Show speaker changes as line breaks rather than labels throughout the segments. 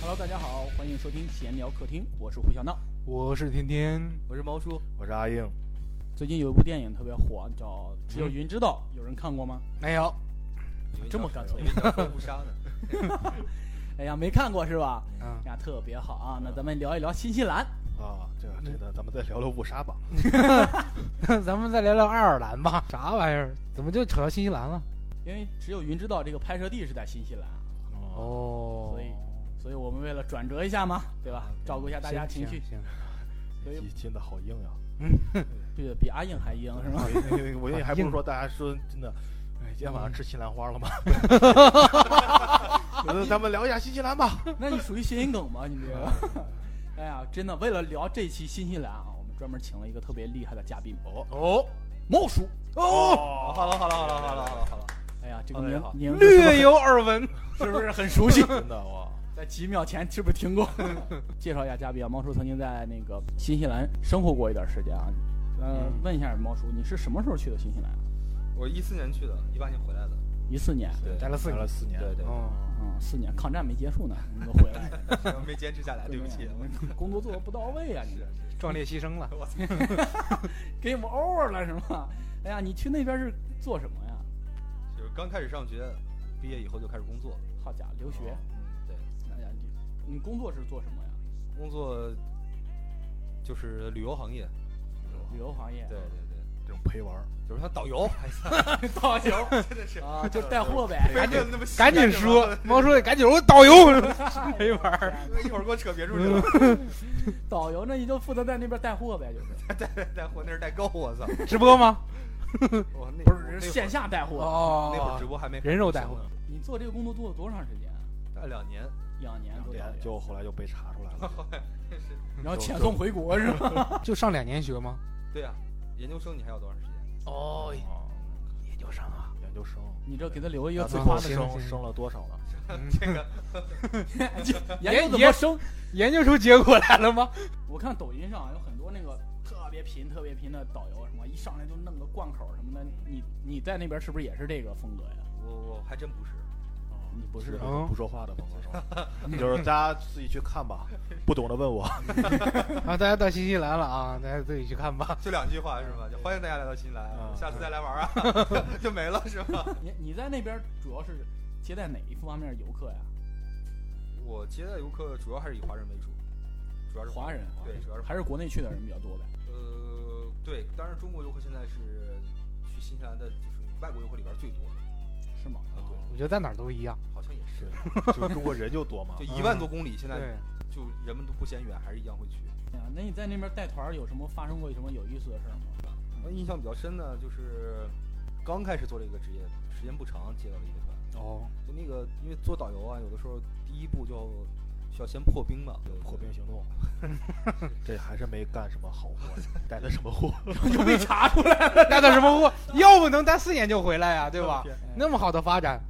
Hello，大家好，欢迎收听闲聊客厅，我是胡小闹。
我是天天，
我是毛叔，
我是阿英，
最近有一部电影特别火，叫《只有云知道》，有人看过吗？
没有，
以为
这么
你要
干
说
脆
以为你要说误杀呢？
哎呀，没看过是吧？
嗯，
呀，特别好啊！那咱们聊一聊新西兰。
啊，这个这个，咱们再聊聊误杀吧。
那 咱们再聊聊爱尔兰吧。 啥玩意儿？怎么就扯到新西兰了？
因为只有云知道这个拍摄地是在新西兰，
啊
哦，
所以所以我们为了转折一下嘛，啊对吧？照顾一下大家情绪，
行，
所以
鸡金的好硬呀、啊
这个比阿硬还硬是吗？
我我也还不如说大家说真的，哎，今天晚上吃西兰花了吗？ 嗯咱们聊一下新西兰吧。
那你属于谐音梗吗？你这个， 哎呀，真的，为了聊这期新西兰啊，我们专门请了一个特别厉害的嘉宾，
哦
哦，
猫叔。
好了
哦，
好了好了好了好了好了，
哎呀，这个
哎
名
好
名字是不是
略有耳 闻。
是不是很熟悉？
真的哇，
在几秒前是不是听过？介绍一下嘉宾啊，猫叔曾经在那个新西兰生活过一段时间啊。呃，
嗯
问一下猫叔，你是什么时候去的新西兰啊？
我一四年去的，一八年回来的，
一四年，
对
待了四
待了
年，
四年，
对对，
哦，
嗯，四年，抗战没结束呢，你都回来了，
没坚持下哎来，对不起，我
你 工作做的不到位啊，你
是
壮烈牺牲了。
我操，
给我 over 了是吗？哎呀，你去那边是做什么呀？
就是刚开始上学，毕业以后就开始工作，
好家伙，留学？
嗯，对，
哎呀，你你工作是做什么呀？
工作就是旅游行业，
旅游行业
对，对对，
这种陪玩儿，
就是他导游，哎
导
操，
游
真的是，
啊，就带货呗。
没有那么
赶紧 说，猫说赶紧，我导游 没玩儿。
一会儿给我扯别处去了，
导游那你就负责在那边带货呗，就是。
带货那是代购，我操，
直播吗？
我那
不
那会
是
儿
线下带货。
那会儿
哦
直，播还没
人肉带货
呢，
你做这个工作做了多长时间啊？
大概两年，
两年做
两
导游，
年就后来就被查出来 了。
然后遣送回国是吧？
就上两年学吗？
对啊，研究生你还有多长时间？
哦，
哦
研究生啊。
研究生，
你这给他留一个
那
哎最
最
花
后
的
行
生，
行
生生了多少呢？
嗯
这个
研究怎么生？
研究出结果来了吗？
我看抖音上有很多那个特别贫、特别贫的导游，什么一上来就弄个贯口什么的。你你在那边是不是也是这个风格呀？
我我还真不是，
你不是
是啊
吧
嗯
不说话的方 式，就是大家自己去看吧，不懂的问我。
啊，大家到新西兰了啊，大家自己去看吧。
就两句话是吧？就欢迎大家来到新来，
嗯
下次再来玩啊， 就没了是吧？
你你在那边主要是接待哪一方面游客呀？
我接待游客主要还是以华人为主，主要是
华人
对，主要是华
还是国内去的人比较多呗？
呃对，当然中国游客现在是去新西兰的，就是外国游客里边最多的
是吗？
啊，对，
我觉得在哪儿都一样。
好像也是，
就是中国人就多嘛，
就一万多公里，现在
对，
就人们都不嫌远，还是一样会去。
哎呀，那你在那边带团儿有什么发生过什么有意思的事儿吗？
那印象比较深的就是刚开始做这个职业，时间不长，接到了一个团。
哦，
就那个，因为做导游啊，有的时候第一步就需要先破冰嘛，对
破冰行 动，这还是没干什么好活，带的什么货？
就被查出来，
那他什么货？要不能待四年就回来呀、对吧？
哎
那么好的发展，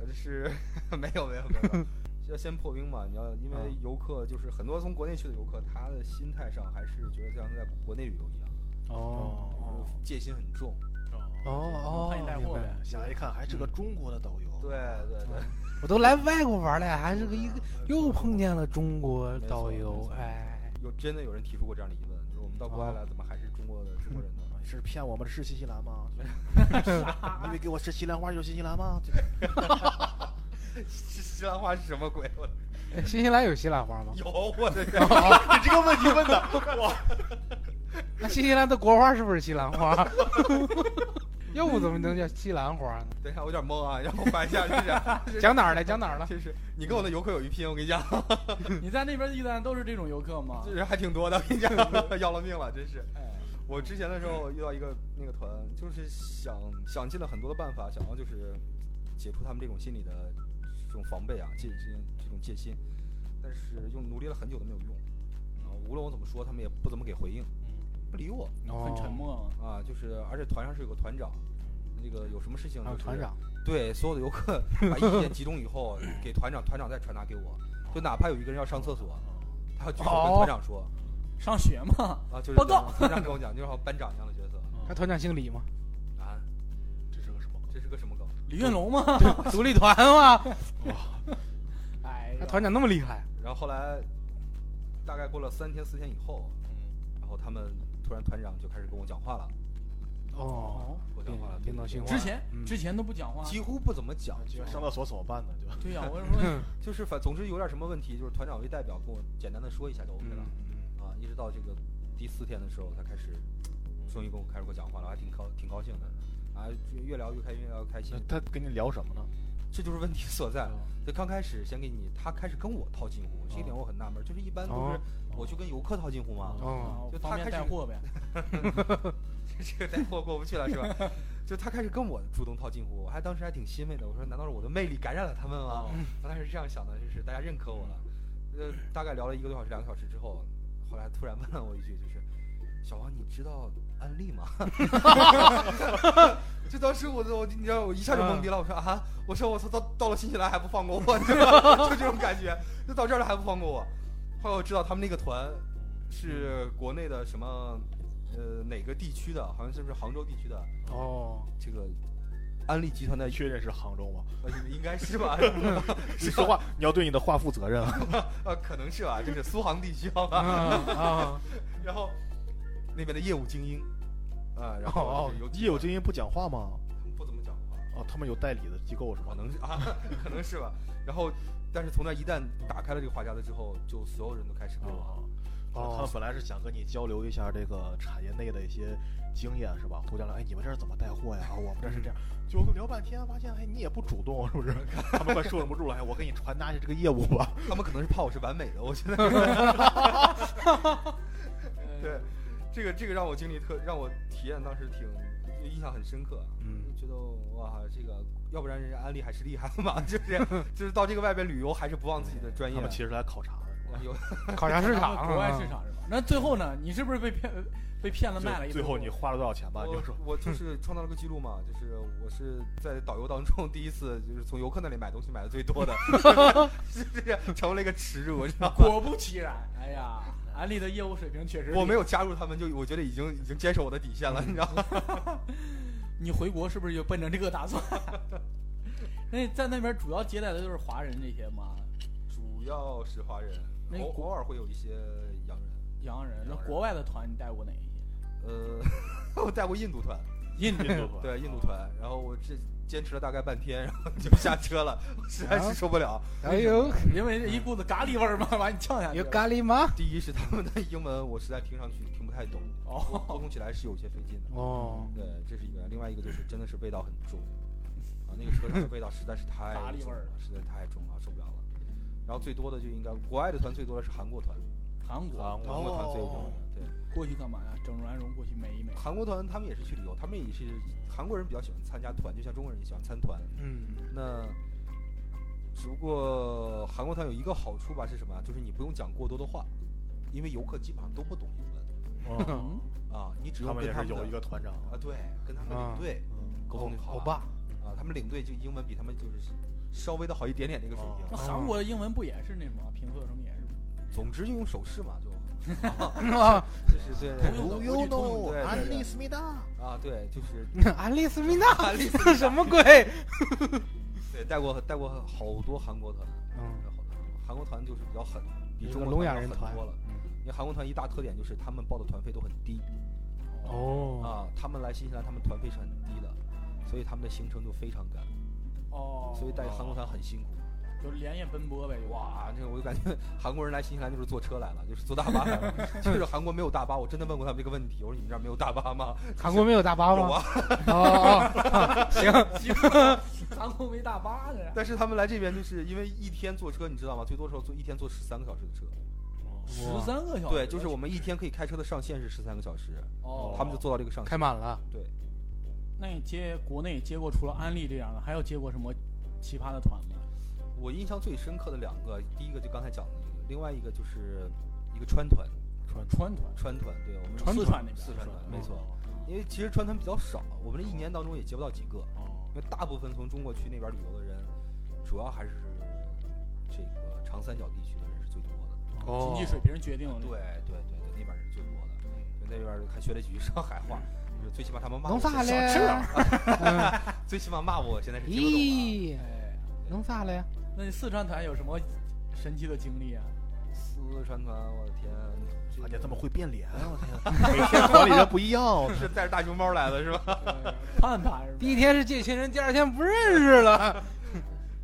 呃是 没有没有没 有，啊要先破冰嘛。你要因为
嗯
游客就是很多从国内去的游客，他的心态上还是觉得像在国内旅游一样，
哦
哦
戒心很重。
哦哦，
怕你带
明
货
白
呗。
下来嗯一看，还是个中国的导游。
对对对，
我都来外国玩了呀，还是个一个又碰见了中国导
没
游
错没，错
哎，
有真的有人提出过这样的疑问，就是我们到国外来，怎么还是中国的中国 人呢？
是骗我们是新西兰 吗？你以为给我吃西兰花就是新西兰吗？
西西兰话是什么鬼？我
哎新西兰有西兰花吗？
有我的 天！啊
你这个问题问的， 哇！
那新西兰的国花是不是西兰花？要不怎么能叫西兰花呢？
等一下，我有点懵啊，让我翻一下， 这是
讲哪儿了？讲哪儿了？
这是你跟我的游客有一拼，我跟你讲，
你在那边遇到的都是这种游客吗
这？人还挺多的，我 跟你讲，要了命了，真是。
哎，
我之前的时候遇到一个那个团，就是想想尽了很多的办法，想要就是解除他们这种心理的这种防备啊，戒这这种戒心，但是又努力了很久都没有用。啊，无论我怎么说，他们也不怎么给回应，
嗯
不理我
很沉默吗？
啊。就是而且团上是有个团长，那个有什么事情、
哦。还有
就是
团长，
对所有的 游客把意见集中以后给团长，团长再传达给我。就哪怕有一个人要上厕
哦
所，他要举手跟团长说、
上学吗？
啊，就是
哦报告
团长跟我讲，就是好像班长一样的角色
那团长姓李吗？
啊。
这是个什么？
这是个什么梗？
李云龙吗？
独立团吗？
哎呀，
那团长那么厉害？
然后后来大概过了三天四天以后，
嗯，
然后他们突然团长就开始跟我讲话了，
哦，
跟我讲话了，
领领导训话
对
之前
嗯
之前都不讲话，
几乎不怎么讲，
啊就上厕所怎么办呢？就
对呀，我就
嗯
说
就是反总之有点什么问题，就是团长为代表跟我简单的说一下就 OK 了、啊，一直到这个第四天的时候，他开始终于跟我开始跟我讲话了，还挺高挺高兴的啊，越聊越开心，越聊越开心
那，他跟你聊什么呢？
这就是问题所在。就刚开始先给你，他开始跟我套近乎，这一点我很纳闷，就是一般都是
哦
我去跟游客套近乎嘛，
哦，
啊
就他
方便
开始
带货呗，
这个带货过不去了是吧？就他开始跟我主动套近乎，我还当时还挺欣慰的，我说难道是我的魅力感染了他们吗？我当时是这样想的，就是大家认可我了。呃，大概聊了一个多小时、两个小时之后，后来突然问了我一句，就是小王，你知道安利吗？就当时我就我你知道我一下就懵逼了，我说啊，我说我操，到到了新西兰还不放过我， 就这种感觉，就到这儿了还不放过我。后来我知道他们那个团是国内的什么呃哪个地区的，好像是不是杭州地区的
哦，
这个安利集团的
你，嗯确认是杭州吗？
呃应该是吧？
你说话，你要对你的话负责任啊！
呃，可能是吧，就是苏杭地区，好
啊
吧。
啊，
然后那边的业务精英，啊，然后
哦
有
业务精英不讲话吗？
不怎么讲话，
哦，他们有代理的机构是
可
吗？
能是 啊，可能是吧。然后，但是从那一旦打开了这个话匣子之后，就所有人都开始跟我
哦，
哦
他们本来是想跟你交流一下这个产业内的一些经验是吧？互相聊，哎，你们这是怎么带货呀？啊我们这是这样，就聊半天，发现哎你也不主动，是不 是？他们快受忍不住了，哎，我给你传达一下这个业务吧。
他们可能是怕我是完美的，我觉得
呃
对，这个这个让我经历特让我体验当时挺印象很深刻，
嗯，
觉得哇这个要不然人家安利还是厉害的嘛， 就是就是到这个外边旅游还是不忘自己的专业
他们，其实来考察的，是吧
有
考察市场
啊
啊，
国外市场是吧？那最后呢？你是不是被骗被骗了卖了一堆
最最
货？
后你花了多少钱吧？你
我
就说
我就是创造了个记录嘛，就是我是在导游当中第一次就是从游客那里买东西买的最多 的， 就是成为了一个耻辱，知道吗？
果不其然，哎呀，安利的业务水平确实
我
厉
没有加入他们，就我觉得已经已经坚守我的底线了，你知道吗？
你回国是不是就奔着这个打算？ 那在那边主要接待的就是华人这些嘛，
主要是华人，
那
偶
国
偶尔会有一些洋人。
洋人。那
洋人
国外的团你带过哪一些？
呃， 我带过印度团，
印度
印度团
对印度团，然后我这坚持了大概半天，然后就下车了，我实在是
啊
受不了。
哎呦，
因为这
嗯
一股子咖喱味儿嘛，把你呛下去
有
了。
咖喱吗？
第一是他们的英文，我实在听上去听不太懂，沟
哦，
沟通起来是有些费劲的。
哦，
对，这是一个，另外一个就是真的是味道很重，啊，那个车上的味道实在是太
咖喱
重
味儿
了，实在太重了，受不了了。然后最多的就应该国外的团最多的是韩国团，
韩国
韩
韩国团最多
哦。
对，
过去干嘛呀？整容完容过去美一美。
韩国团他们也是去旅游，他们也是韩国人比较喜欢参加团，就像中国人也喜欢参团。
嗯，
那只不过韩国团有一个好处吧，是什么啊？就是你不用讲过多的话，因为游客基本上都不懂英文
嗯
哦
嗯，
啊，你只
他
用
们
跟
也
他
是
们
有
的
一个团长啊，嗯
啊，对，跟他们
啊
领队沟通就好
欧
了。
巴，
啊，他们领队就英文比他们就是稍微的好一点点的一个水
那
平。
韩国的英文不也是那什么平仄什么也是吗
总之就用手势嘛，就
啊，
就是对
不用我
Do
去通
对
you know
对
安
对
利思密达？
啊，对，就是
安利斯密纳，什么鬼？
对带过带过好多韩国团，
嗯
带过好多韩国韩国团就是比较狠，比
有
中
个
国
聋哑
要
人
狠
团
多了。
嗯
因为韩国团一大特点就是他们报的团费都很低
哦，
啊，他们来新西兰他们团费是很低的，所以他们的行程就非常赶，
哦，
所以带韩国团很辛苦。
就是连夜奔波呗。就，
哇，这个我就感觉韩国人来新西兰就是坐车来了，就是 坐大巴来了。 就是韩国没有大巴，我真的问过他们这个问题，我说你们这儿没有大巴吗？
韩国没有大巴
有
吗？
啊，
哦哦，行，
韩国没大巴的呀。
但是他们来这边就是因为一天坐车，你知道吗？最多时候坐一天坐十三个小时的车。
十
哇
三个小时，
对，就是我们一天可以开车的上限是十三个小时，
哦，
他们就做到这个上限。
开满了，
对，
那你接国内接过除了安利这样的，还有接过什么奇葩的团吗？
我印象最深刻的两个，第一个就刚才讲的那个，另外一个就是一个川团，
川团，
川团，对我们
川
四
团
川那边，
四川团，
是吧
没错。因为其实川团比较少，我们这一年当中也接不到几个，
哦
因为大部分从中国去那边旅游的人，主要还是这个长三角地区的人是最多的。
哦
经济水平决定了。
对，对对对，那边人是最多的，因为那边还学了几句上海话，就是最起码他们骂我
弄啥
现
嘞？
在少吃点儿
嗯
啊最起码骂我现在是听不懂了。
咦，
哎，
弄啥嘞？
那你四川团有什么神奇的经历啊？
四川团，我的天，这
而且
个
啊这么会变脸，我 天，每天管理人不一样，
是带着大熊猫来的是吧？
盼盼是吧
第一天是这群人，第二天不认识了。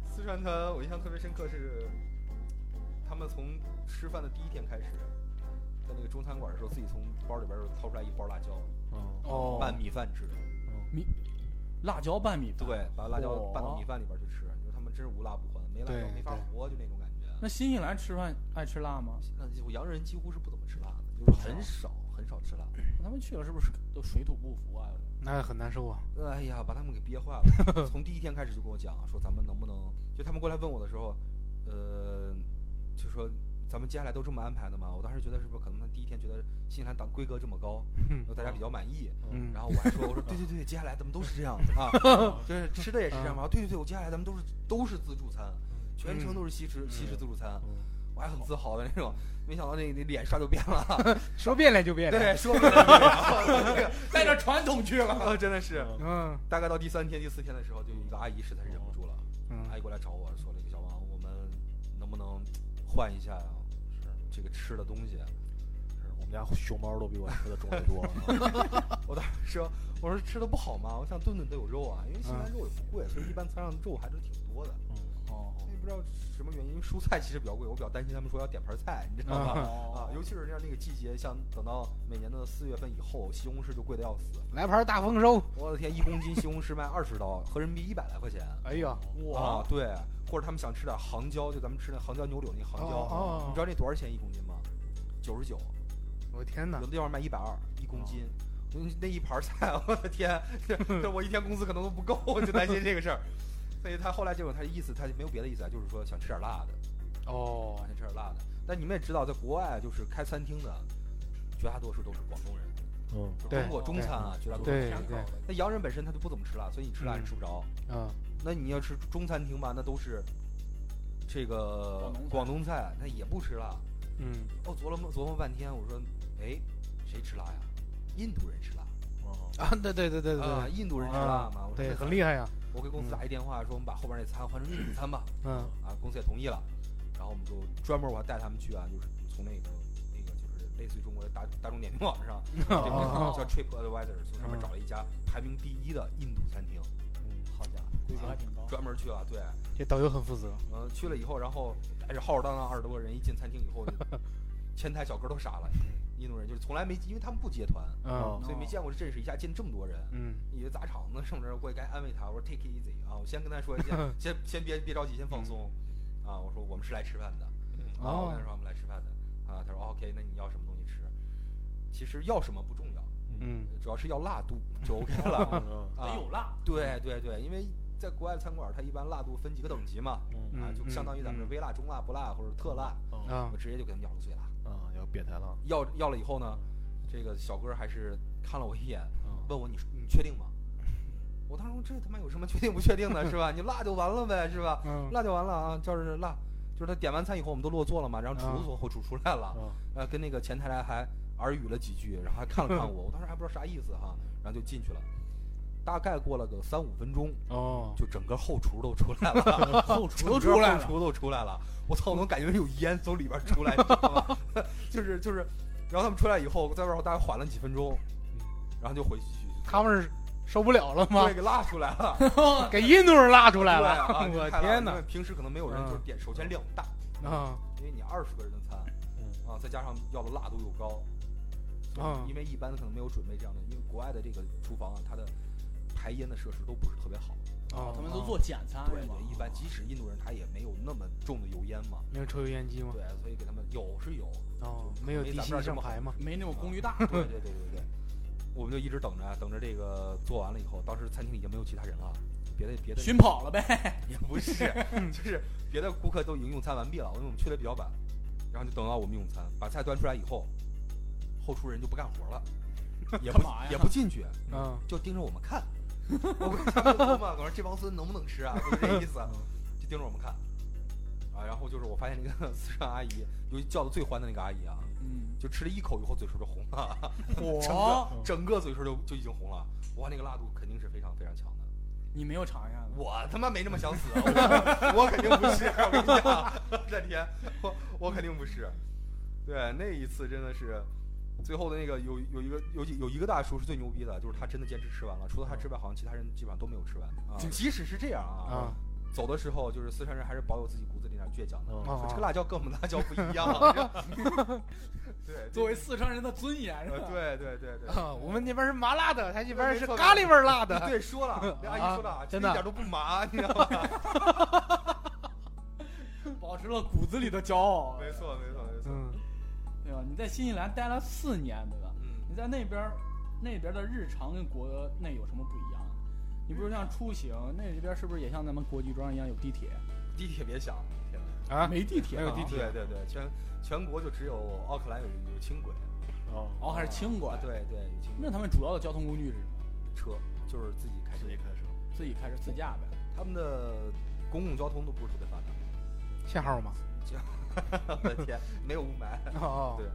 四川团，我印象特别深刻是，他们从吃饭的第一天开始，在那个中餐馆的时候，自己从包里边儿掏出来一包辣椒，
嗯
哦
拌米饭吃。
米辣椒拌米饭。，
对，把辣椒
哦
拌到米饭里边儿去吃。你说他们真是无辣不欢，没辣椒
对
没法
对
活，就那种感觉。
那新西兰吃饭爱吃辣吗？
那我洋人几乎是不怎么吃辣的，就是很少很少吃辣。
他们去了是不是都水土不服啊？
那很难受啊。
哎呀，把他们给憋坏了。从第一天开始就跟我讲说，咱们能不能就他们过来问我的时候，呃，就说咱们接下来都这么安排的吗？我当时觉得是不是可能他第一天觉得新西兰档规格这么高，然后大家比较满意。
嗯
然后我还说，我说对对对，接下来咱们都是这样啊，就是吃的也是这样嘛。对对对，我接下来咱们都是都是自助餐，全程都是西式西式自助餐，我还很自豪的那种。没想到那那脸刷就变了，
说变脸就变脸。
对，说不了这个，
带着传统去了。
啊真的是。
嗯
大概到第三天、第四天的时候，就有一个阿姨实在是忍不住了，阿姨
嗯，
哎过来找我说了一个小王，我们能不能换一下呀、
是
这个吃的东西？啊
是我们家熊猫都比我吃的重得多了，
我当时说，我说吃的不好吗？我想顿顿都有肉啊，因为西兰肉也不贵，所以一般餐上肉还是挺多的。
哦，
那不知道什么原因，因为蔬菜其实比较贵，我比较担心他们说要点盘菜，你知道吗？啊，尤其是像那个季节，像等到每年的四月份以后，西红柿就贵的要死。
来盘大丰收。
我的天，一公斤西红柿卖二十刀，合人民币一百来块钱。
哎呀，
啊
哇，，
对，或者他们想吃点杭椒，就咱们吃那杭椒牛柳那杭椒，
哦哦哦
你知道那多少钱一公斤吗？九十九，
我天
有
哪
的！地方卖一百二一公斤。
哦
嗯那一盘菜， 我的 天，这这我一天工资可能都不够，我就担心这个事儿。所以他后来这种他的意思，他就没有别的意思啊，就是说想吃点辣的，
哦
啊，想吃点辣的。但你们也知道，在国外就是开餐厅的，绝大多数都是广东人，
嗯，
就是
对
中国中餐啊，绝大多数。
对
甜口的
那洋人本身他就不怎么吃辣，所以你吃辣你吃不着。
嗯，
那你要吃中餐厅吧，那都是这
广
个
东菜
广东菜，那也不吃辣。
嗯，
哦，琢磨琢磨半天，我说，哎，谁吃辣呀？印度人吃辣
哦
啊，对对对对对
啊，
对，
印度人吃辣
啊
嘛。我说
对，
那咱
很厉害呀。
我给公司打一电话，说我们把后边那餐换成印度餐吧。
嗯
啊，公司也同意了。然后我们就专门我还带他们去啊，就是从那个那个就是类似于中国的大大众点评网上，这个
哦
叫 TripAdvisor，从上面
嗯
找了一家排名第一的印度餐厅，
好家伙，规格还挺高。
专门去了。对，
这导游很负责。
呃，去了以后，然后带着浩浩荡荡二十多个人一进餐厅以 后，就前台小哥都傻了。印度人就是从来没，因为他们不接团，
嗯
所以没见过这是一下进这么多人。
嗯，
以为砸场子什么的，过去该安慰他，我说 take it easy 啊，我先跟他说 一下，先先别别着急，先放松啊。我说我们是来吃饭的啊，我
嗯哦，
跟他说我们来吃饭的啊。他说 OK，那你要什么东西吃？其实要什么不重要，
嗯
主要是要辣度 就 OK
哦
了
嗯
得
啊。
哦有辣，
对对对，因为在国外的餐馆，它一般辣度分几个等级嘛，
嗯
啊，
嗯
就相当于咱们
嗯
微辣、中辣、不辣或者特辣，
啊
啊
我，直接就给他们要了个最辣。
啊，要变态了，
要要了以后呢，这个小哥还是看了我一眼，
嗯
问我你你确定吗？我当时说这他妈有什么确定不确定的，是吧？你辣就完了呗，是吧？
嗯
辣就完了啊，就是辣，就是他点完餐以后我们都落座了嘛，然后
啊
厨子从后厨出来了，
嗯
啊
呃，跟那个前台来还耳语了几句，然后还看了看我，我当时还不知道啥意思哈、然后就进去了。大概过了个三五分钟，
哦，
就整个后厨都出来了，后
厨都出来了
后厨都出来了。我操，我能感觉有烟从里边出来，你知道吗？ 就是就是，然后他们出来以后，在外头大概缓了几分钟，然后就回去去
他们是受不了了吗
对？给拉出来了，
给印度人拉出来
对
了
啊！
我
太辣了
天
因
哪嗯
为！平时可能没有人就是点，首先量大，
啊，
因为你二十个人的餐，啊，再加上要的辣度又高，
嗯
因为一般可能没有准备这样的，因为国外的这个厨房啊，它的排烟的设施都不是特别好，
哦，
他们都做简餐
嗯对
是吗
对，？一般即使印度人他也没有那么重的油烟嘛。
没有抽油烟机吗？
对，所以给他们有是有，
哦，没有低吸上排吗？
没那么功率大。
嗯 对对对对对，我们就一直等着，等着这个做完了以后，当时餐厅已经没有其他人了，别的别的
熏跑了呗，
也 不是，就是别的顾客都已经用餐完毕了，因为我们去的比较晚，然后就等到我们用餐，把菜端出来以后，后厨人就不干活了，也不
干嘛呀
也不进去，
嗯，
就盯着我们看，我们就琢磨，我说这帮孙子能不能吃啊，就这意思，
嗯
就盯着我们看。啊，然后就是我发现那个 四川阿姨，尤其叫的最欢的那个阿姨啊，
嗯，
就吃了一口以后嘴唇就红了，整
火
嗯个整个嘴唇就就已经红了。哇，那个辣度肯定是非常非常强的。
你没有尝一下子？
我他妈没那么想死啊，我我肯定不是，我跟你讲，战天，我我肯定不是。对，那一次真的是，最后的那个有有一个有几有一个大叔是最牛逼的，就是他真的坚持吃完了，除了他之外，好像其他人基本上都没有吃完啊。即使是这样啊
啊，
走的时候就是四川人还是保有自己骨子里那点倔强的，
嗯
啊
说这个辣椒跟我们辣椒不一样啊。 对，对
作为四川人的尊严是
呃
吧？
对对对对，
啊， 我们那边是麻辣的，他那边
没
是
错
咖喱味儿辣
你
的。
哦对，说 了，那阿姨说了，
啊真
这一
的
点都不麻，你知 道吗？
保持了骨子里的骄傲，
没错没错没错，
嗯，
对吧？你在新西兰待了四年，对吧？
嗯。
你在那边儿那边儿的日常跟国内有什么不一样？啊你比如像出行，那这边是不是也像咱们国际庄一样有地铁？
地铁别想，天哪！
啊，
没地铁，
没有
啊
地铁
对对对，全全国就只有奥克兰有有轻轨，
哦，
哦，还是轻轨
啊。对对，有轻轨。
那他们主要的交通工具是什么？
车就是自己开车
自，己开车，
自己开车自驾呗。
他们的公共交通都不是特别发达。
限号吗？
我的天，没有雾霾。
哦，
对，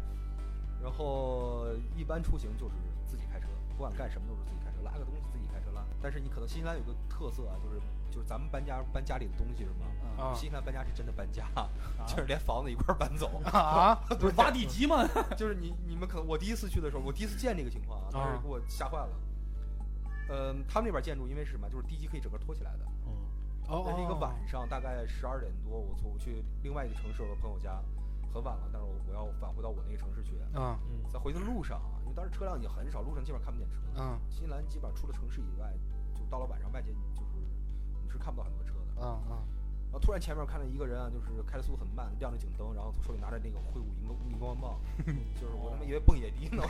然后一般出行就是自己开车，不管干什么都是自己开车，拉个东西自己开车拉。但是你可能新西兰有个特色啊，就是就是咱们搬家搬家里的东西是吗？
嗯
啊
新西兰搬家是真的搬 家，啊就是连房子一块儿搬走。
啊，
啊不是挖地基吗？
就是你你们可我第一次去的时候，我第一次见这个情况啊，当时
啊
给我吓坏了。嗯，他们那边建筑因为是什么，就是地基可以整个托起来的。
嗯，
哦，
那是一个
哦
晚上，大概十二点多，我从我去另外一个城市，我的朋友家，很晚了，但是我我要返回到我那个城市去。
嗯
在回的路上啊，因为当时车辆也很少，路上基本上看不见车。
嗯
新西兰基本上除了城市以外，就到了晚上，外界就是你是看不到很多车的。
嗯嗯，
然后突然前面看到一个人啊，就是开的速度很慢，亮着警灯，然后手里拿着那个挥舞荧光荧 光棒，就是我他妈以为蹦野迪呢，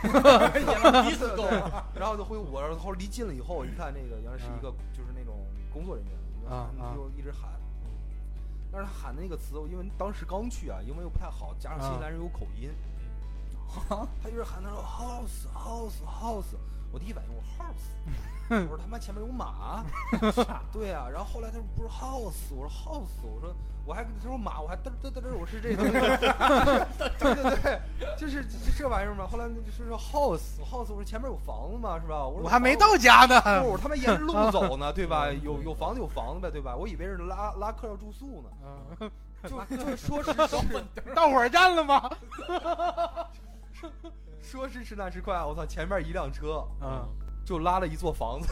第一次
对，
啊
然后就挥舞，然后离近了以后，一看那个原来是一个就是那种工作人员，一个
啊
喊
啊
就一直喊，但是他喊的那个词，我因为当时刚去啊，英文又不太好，加上
啊
新西兰人有口 音，他就是喊他说 house house house，我第一反应我 house，我说他妈前面有马，对啊，然后后来他说不是 house，我说 house，我说我还跟他说马，我还嘚嘚嘚嘚，我是这个， 对对对，就是这玩意儿嘛。后来就是说 house，house，我说前面有房子嘛，是吧？我说哦
我还没。到家呢。
不是，我他妈沿着路 走呢，对吧？有有房子有房子呗，对吧？我以为是拉拉客要住宿呢，
嗯
就就 说是 是
到火车站了吗？
说是迟那是快，我操！前面一辆车
嗯
就拉了一座 房子，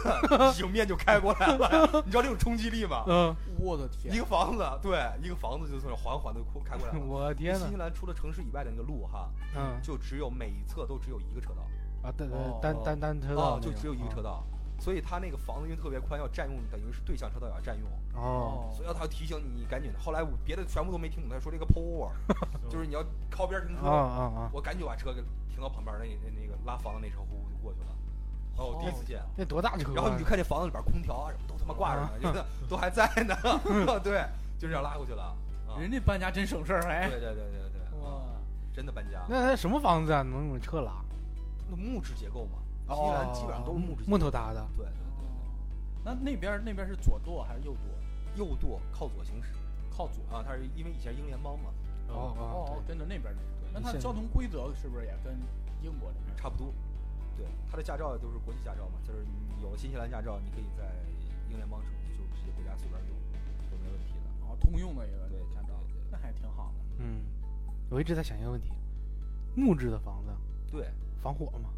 迎面就开过来了，你知道这种冲击力吗？
嗯，
我的
一
天！
个房子，对，一个房子就从缓缓的开过来了。
我天
新西
哪！
兰除了城市以外的那个路哈，
嗯
就只有每一侧都只有一个车道，
啊，单
哦
单单单车道
啊，
那
就
种
只有一个车。
啊
道，所以它那个房子因为特别宽，要占用，等于是对向车道也要占用，
啊
哦，
所以要他提醒你，你赶紧的。后来我别的全部都没听懂，他说这个 pull over，就是你要靠边停
啊
车，
啊啊！
我赶紧把车给停到旁边那那那个拉房子那车呼呼就过去了，哦，我第一次见。
那多大车啊？
然后你就看见房子里边空调啊什么都他妈挂着呢，就是 都还在 呢，对，就这样拉过去了。啊
人家搬家真省事儿哎
对。对对对对，啊
哇，
真的搬家。
那他什么房子啊？能用车拉？
那木质结构嘛，
哦
新西兰基本上都是木质结构
木头搭的。
对对对
那那边儿那边儿是左舵还是右舵？
对，右舵靠左行驶
靠左。
啊，它是因为以前英联邦嘛，
哦
哦，
哦，
跟着那边儿的。那它
现
的
在
交通规则是不是也跟英国这边儿？
差不多。对，它的驾照就是国际驾照嘛，就是你有了新西兰驾照，你可以在英联邦城就直接国家随便用，都没问题的。
哦，通用的一个
对
驾照，那还挺好的。
对嗯，我一直在想一个问题：木质的房子
对对对，
防火吗？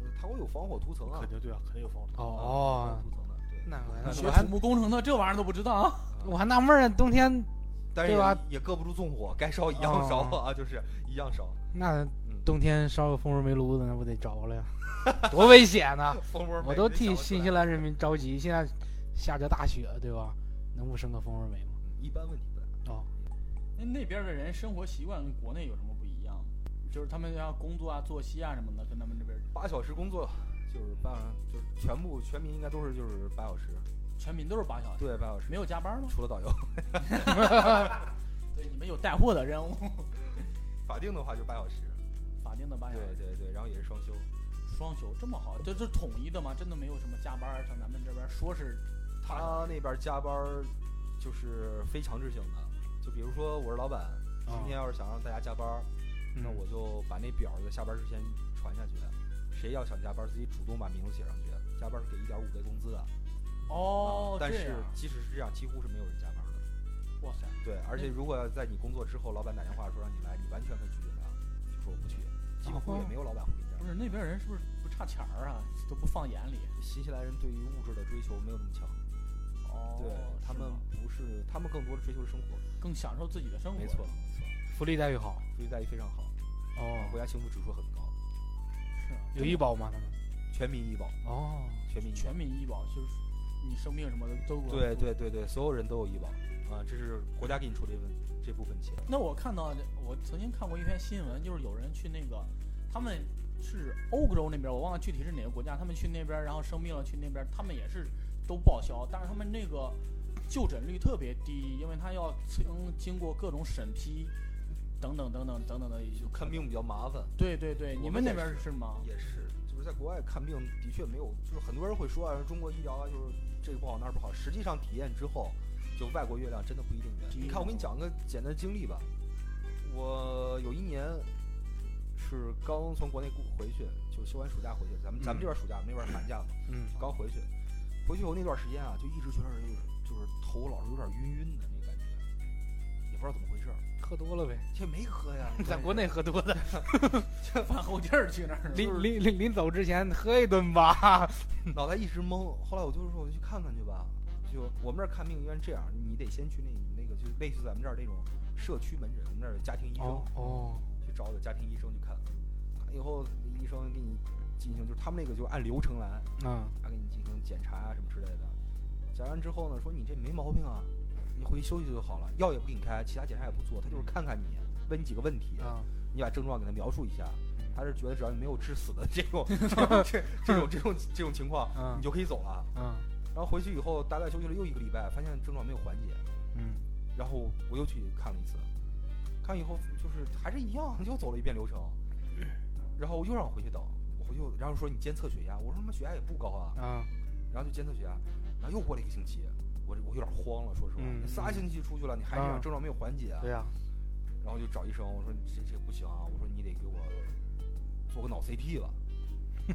呃它会有防火涂层啊
肯，定对啊，肯定有房子。
哦
防火，涂层的。对，
那我
学
我还
土木工程的这玩意儿都不知道啊！
我还纳闷儿，冬天
但是
对吧哦
也也搁不住纵火，该烧一样烧啊，就是一样烧。
那
嗯
冬天烧个蜂窝煤炉子，那不得着了呀？ 多危险呐！
蜂窝煤
我都
没
替
想得出
新
来
西兰人民着急，现在下着大雪，对吧？能不生个蜂窝煤吗？
嗯一般问题不大。
哦，
那那边儿的人生活习惯跟国内有什么不一样吗？就是他们像工作啊、作息啊什么的，跟他们这边儿
八小时工作就是八，就是全部全民应该都是就是八小时，
全民都是八小时，
对，八小时，
没有加班吗？
除了导游，
对，你们有带货的任务，
法定的话就八小时，
法定的八小
对
时，
对对，然后也是双休，
双休这么好，这是统一的吗？真的没有什么加班儿，像咱们这边儿说是他
他那边加班儿就是非强制性的，就比如说我是老板，今天要是想让大家加班儿，那
嗯
我就把那表儿在下班之前传下去，谁要想加班儿，自己主动把名字写上去，加班儿是给一点五倍工资的，啊
哦，
但
这
是
样
即使是这样，几乎是没有人加班的。
哇塞，
对，而且如果要在你工作之后，老板打电话说让你来，你完全可以拒绝他，就说我不去，几乎也没有老板会给你加
不
班。
是那边人是不是不差钱儿啊？都不放眼里。
新西兰人对于物质的追求没有那么强，
哦，
对他
是
们
吗
不是，他们更多的追求是生活。
更享受自己的生活。
没错，没错，
福利待遇好
福利待遇非常好，
哦，
国家幸福指数很高，
是啊
有医保吗？他们
全民医保，
哦，
全民医保
全。民医保，就是你生病什么的都给我
对
付
对对对，所有人都有医保啊，这是国家给你出这份这部分钱。
那我看到，我曾经看过一篇新闻，就是有人去那个，他们是欧洲那边，我忘了具体是哪个国家，他们去那边，然后生病了去那边，他们也是都报销，但是他们那个就诊率特别低，因为他要经经过各种审批，等等等等等等的，也就
看。病比较麻烦，
对对对，
我
你
们
那
也
边
是
是吗？
也是，就是在国外看病的确没有，就是很多人会说啊，中国医疗啊，就是这个不好那儿不好。实际上体验之后，就外国月亮真的不一定圆。
第一
你看，我给你讲个简单的经历吧。我有一年是刚从国内回去，就休完暑假回去，咱们咱们这边暑假，那边寒假嘛，
嗯，
刚回去。回去后那段时间啊，就一直觉得就是就是头老是有点晕晕的那个感觉，也不知道怎么回事儿。
喝多了呗，
这没喝呀
，在国内喝多的，
饭后劲儿去那儿。
临临临临走之前喝一顿吧。
脑袋一直懵。后来我就说，我就去看看去吧。就我们这儿看病医院这样，你得先去那那个，就类似咱们这儿那种社区门诊，我们这儿有家庭医生，
哦哦，
去找有家庭医生去看。看以后医生给你进行，就是他们那个就按流程来，
嗯，
他给你进行检查啊什么之类的。检查完之后呢，说你这没毛病啊，你回去休息就好了，药也不给你开，其他检查也不做，他就是看看你，问你几个问题，
嗯啊，
你把症状给他描述一下。
嗯
他是觉得只要你没有致死的这 种这这种这种这种情况，
嗯
你就可以走了。
嗯
然后回去以后大概休息了又一个礼拜，发现症状没有缓解，
嗯，
然后我又去看了一次，看以后就是还是一样，又走了一遍流程，
嗯
然后又让我回去等，我回去又然后说你监测血压，我说他妈血压也不高啊，
啊，
然后就监测血压，然后又过了一个星期，我这我有点慌了，说实话，
嗯
你仨星期出去了，你还这样
啊
症状没有缓解啊，
对呀，
然后就找医生，我说你这这不行啊，我说你得给我做个脑 CT 了，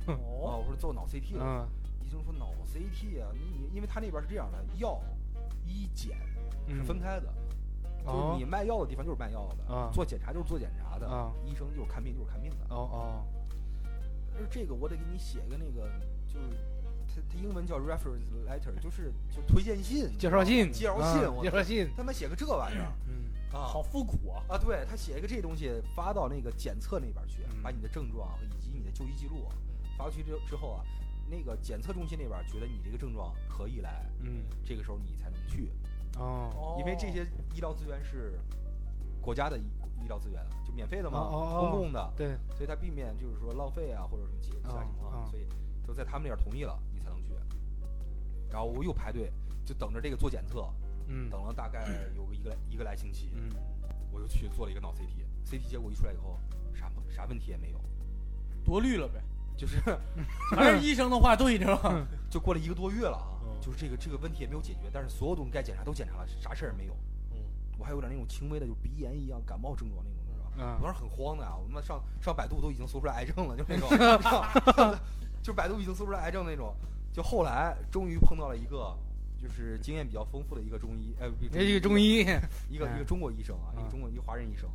啊，
哦，
我说做脑 CT 了，
嗯
医生说脑 CT 啊，你你因为他那边是这样的，药医检是
嗯
分开的，就是
哦
你卖药的地方就是卖药的，
啊
做检查就是做检查的，
啊
医生就是看病就是看病的。
哦哦，
但是这个我得给你写一个那个，就是他他英文叫 reference letter，就是就推荐信、
介绍信，
介绍
啊
信，我
介绍信，
他妈写个这玩意儿
嗯
啊
好复古啊！
啊！对他写一个这东西发到那个检测那边去，
嗯
把你的症状以及你的就医记录发过去之之后啊，那个检测中心那边觉得你这个症状可以来，
嗯，
这个时候你才能去，
哦
哦，
因为这些医疗资源是国家的医医疗资源，啊就免费的嘛，
哦哦哦
公共的，
对，
所以它避免就是说浪费啊或者什么其他情况，
哦哦
所以就在他们那儿同意了你才能去。然后我又排队，就等着这个做检测，
嗯
等了大概有个一个来一个来星期，
嗯，
我就去做了一个脑 CT，CT 结果一出来以后，啥啥问题也没有，
多虑了 呗。
就是
还是医生的话 对着。
嗯就过了一个多月了啊，
嗯
就是这个这个问题也没有解决，但是所有东西该检查都检查了，啥事儿也没有。
嗯，
我还有点那种轻微的，就是鼻炎一样感冒症状那种，你知道吧？我
嗯
当时很慌的啊，我他妈上上百度都已经搜出来癌症了，就 那种，就百度已经搜出来癌症那种。就后来终于碰到了一个，就是经验比较丰富的一个中医，呃，不
哎这一个中，医，
一个一个中国医生啊，一
嗯
个中国一个华人医生，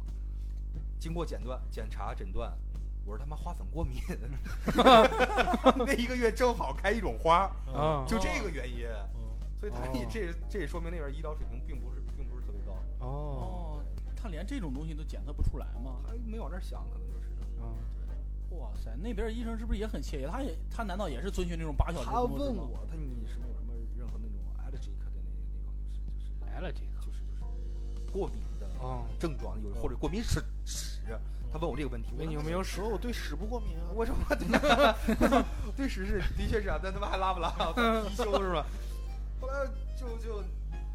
经过诊断、检查、诊断，我是他妈花粉过 敏， 那一个月正好开一种花，
啊
就这个原因，
嗯，
所以他也这这也说明那边医疗水平并不是并不是特别高，
哦，
哦，他连这种东西都检测不出来吗？
还没往那儿想，可能就是。
嗯
哇塞，那边医生是不是也很惬意？他也他难道也是遵循这种八小时
他
工作制
问
吗？
我，他你是不是有什么任何那种 allergic 的那那种就是就是
来了这个，
就是就是过敏的
哦，
症状有或者过敏史史，他问我这个问题，
那你有没
有？
有
时
手？
候我对屎不过敏啊，
我说我对对史是的确是啊，但他妈还拉不拉？一休是吧？ 后来就就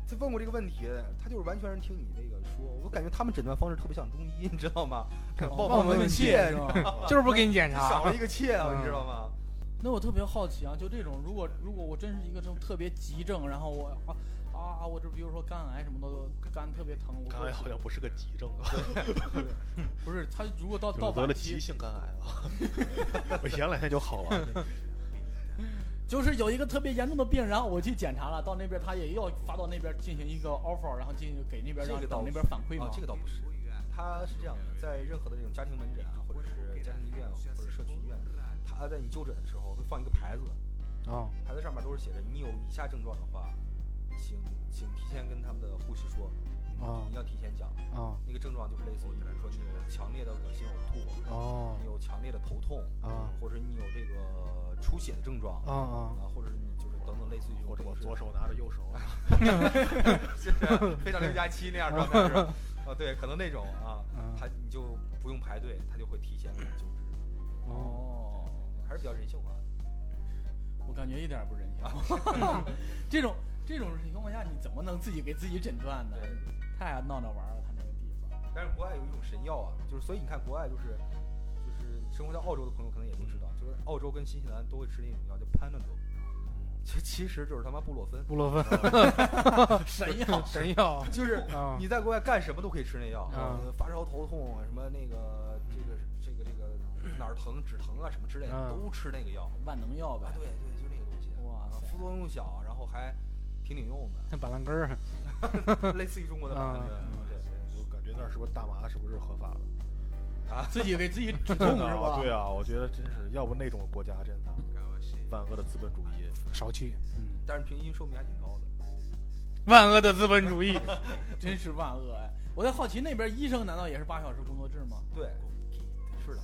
他问过这个问题，他就是完全是听你那个说，我感觉他们诊断方式特别像中医，你知道吗？
望
望
闻
问
切
切
是，吧？
就是不给你检
少
查，
了一个切啊，你知道吗？
那我特别好奇啊，就这种，如果如果我真是一个这种特别急症，然后我啊啊，我这比如说肝癌什么的，肝特别疼，我
肝癌好像不是个急症 啊，
不是他如果到
就
到
是得了
晚
急
期，
性肝癌了，我前两天就好了。
就是有一个特别严重的病，然后我去检查了，到那边他也要发到那边进行一个 offer，然后进行给那边
这
让
个
等
倒
那边
是
反馈嘛。
啊，这个倒不是，他是这样的，在任何的这种家庭门诊啊，或者是家庭医院或者社区医院，他在你就诊的时候会放一个牌子，
哦，
牌子上面都是写着你有以下症状的话，请请提前跟他们的护士说，
哦
你要提前讲。
哦，
那个症状就是类似于，比如说你有强烈的恶心呕吐，啊
哦
你，有强烈的头痛，
啊
或者你有这个出血的症状，
啊啊，
啊，或者是你就是等等类似于这种
我
这种
我
事
左手拿着右手，啊
是非常六加七那样状态是吧？啊，对，可能那种啊，
嗯
他你就不用排队，他就会提前给你救治，
哦，
哦，
还是比较人性化的。
我感觉一点儿也不人性。 这种这种情况下，你怎么能自己给自己诊断呢？
对，
太闹着玩儿了，他那个地方。
但是国外有一种神药啊，就是所以你看国外就是就是生活在澳洲的朋友可能也都知道，就是澳洲跟新西兰都会吃那种药叫 Panadol，其
嗯
其实就是他妈布洛芬，
布洛芬
神药
神药
就是
啊，
你在国外干什么都可以吃那药，
啊
呃发烧、头痛什么那个这个这个这个哪儿疼止疼啊什么之类的
嗯
都吃那个药。
万能药
啊
呗，。
对对，就那个东西。
哇
啊
塞
副作用小，然后还挺顶用 的，
板蓝根儿，
类似于中国的
啊
版本。
我感觉那儿是不是大麻是不是合法的？
自己给自己止痛
真
是
的啊，
吧？
对啊，我觉得真是，要不那种国家真的万恶的资本主义，
少去，嗯，
但是平均寿命还挺高的。
万恶的资本主义，
真是万恶哎！我在好奇那边医生难道也是八小时工作制吗？
对，是的，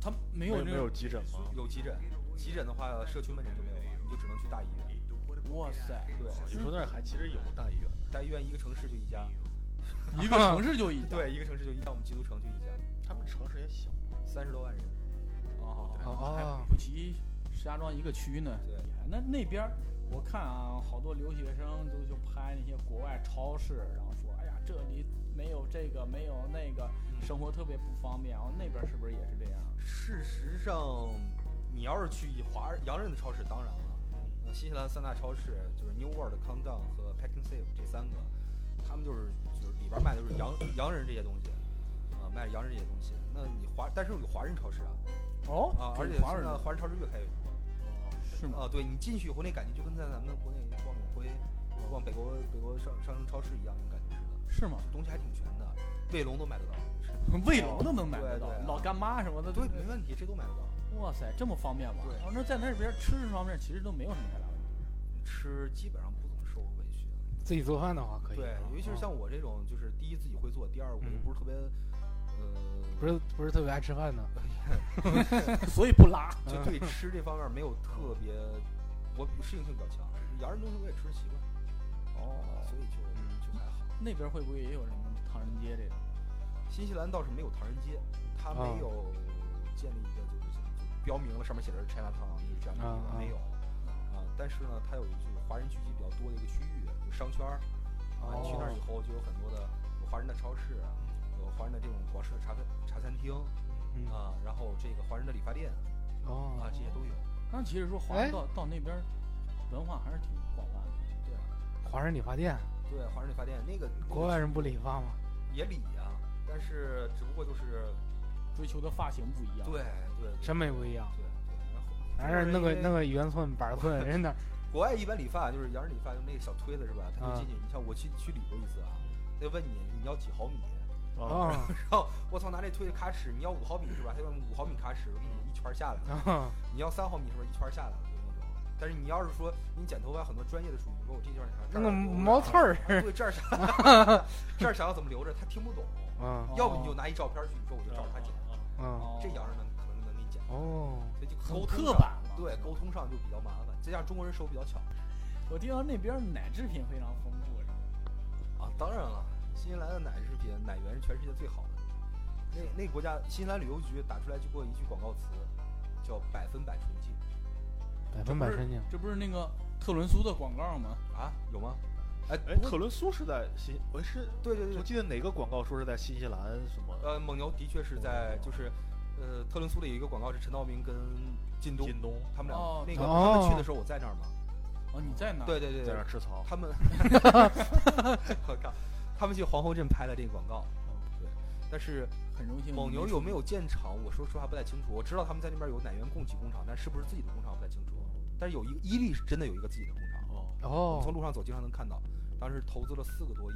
他没
没
有
没
那
有
种，
急诊吗？
有急诊，急诊的话，社区门诊就没有了，你就只能去大医院。
哇塞，
对，
你说那儿还其实有大医院，
大医院一个城市就一家，
一个城市就一家
对，一个城市就一家，我们基督城就一家，
他们城市也小，
三十多万人。
哦
哦哦
还不及石家庄一个区呢。
对
厉害。那那边儿我看啊，好多留学生都就拍那些国外超市，然后说，哎呀，这里没有这个，没有那个，
嗯
生活特别不方便。然啊后那边是不是也是这样？
事实上，你要是去华人洋人的超市，当然了，呃新西兰三大超市就是 New World、Countdown 和 Packing Safe 这三个，他们就是就是里边卖的就是洋洋人这些东西，啊、卖洋人这些东西。那你华，但是有华人超市啊，
哦
啊，而且
华
现
人
在
的
华人超市越开越多
是
嗯
吗？
啊。对你进去以后那感觉就跟在咱们国内逛永辉、逛北国北国商商城超市一样，那种感觉似的，
是吗？
东西还挺全的，卫龙都买得到，
卫龙都能买得到
对对啊，
老干妈什么的。
对，没问题，这都买得到。
哇塞，这么方便吗？
对
哦，那在那边吃方面其实都没有什么太大问题。
吃基本上不怎么受委屈。啊
自己做饭的话可以，
对，尤其是像我这种，就是第一自己会做，第二我又
哎嗯
不是特别，呃，
不是不是特别爱吃饭 的，
所以不拉。
啊
就 对吃这方面没有特别，我适应性比较强。洋人东西我也吃得习惯，
哦
所以就
嗯
就还好。
那边会不会也有什么唐人街这种？
新西兰倒是没有唐人街，它
啊
没有建立一个就是就标明了上面写着 China Town 就是这样
啊
的
啊
没有啊。但是呢，它有就是华人聚集比较多的一个区域，有商圈儿啊。你去
哦
那儿以后就有很多的有华人的超市，有华人的这种广式的茶餐茶餐厅。
嗯，
啊，然后这个华人的理发店
哦
啊，，这些都有。
但其实说华
哎
人到到那边文化还是挺广泛的。
对啊，
华人理发店，
对，华人理发店那个
国外人不理发吗？
也理啊，但是只不过就是
追求的发型不一样。
对对对
审美不一样，
对对，然后
还是弄个弄
个
个圆寸板寸，人家
国外一般理发就是洋人理发用那个小推子是吧？他就进去，你像我去去理过一次啊，他就问你你要几毫米，
那 儿啊
然后我操拿这推子咔哧，你要五毫米是吧？他用五毫米咔哧，我给你一圈儿下来了。
啊，
你要三毫米是不是一圈儿下来了？就那种。但是你要是说你剪头发很多专业的术语，你说我这地方想要这
弄
儿
个
留着
毛刺儿，
对，这儿想这儿想要怎么留着，他听不懂。
啊
哦
要不你就拿一照片去，你说我就照着他剪，
啊，
这洋人能可能能给你剪，
哦，
所以就
很
沟通
刻
上
板了。
对，沟通上就比较麻烦，再加上中国人手比较巧
我听说那边奶制品非常丰富，是吧？
啊。当然了，新西兰的奶制品奶源是全世界最好的。那那国家新西兰旅游局打出来就过一句广告词，叫“百分百纯净
百分百纯净，
这不是那个特仑苏的广告吗？”
啊，有吗？哎，
哎，
不过
特伦苏是在新，我是
对对
我
对，
记得哪个广告说是在新西兰什么
呃，蒙牛的确是在就是，呃，特伦苏的有一个广告是陈道明跟靳东
近东
他们俩、
哦
那个他们
哦
去的时候我在那儿嘛，
哦，你在哪？，
对对对
啊在
对
那儿，吃草，
他们， 我靠，他们去皇后镇拍了这个广告。嗯对，但是
很荣
嗯
幸。
蒙牛有没有建厂，我说实话不太清楚。我知道他们在那边有奶源供给工厂，但是不是自己的工厂不太清楚。但是有一个伊利是真的有一个自己的工厂，
哦，
我们从
哦，
路上走经常能看到，当时投资了四个多亿，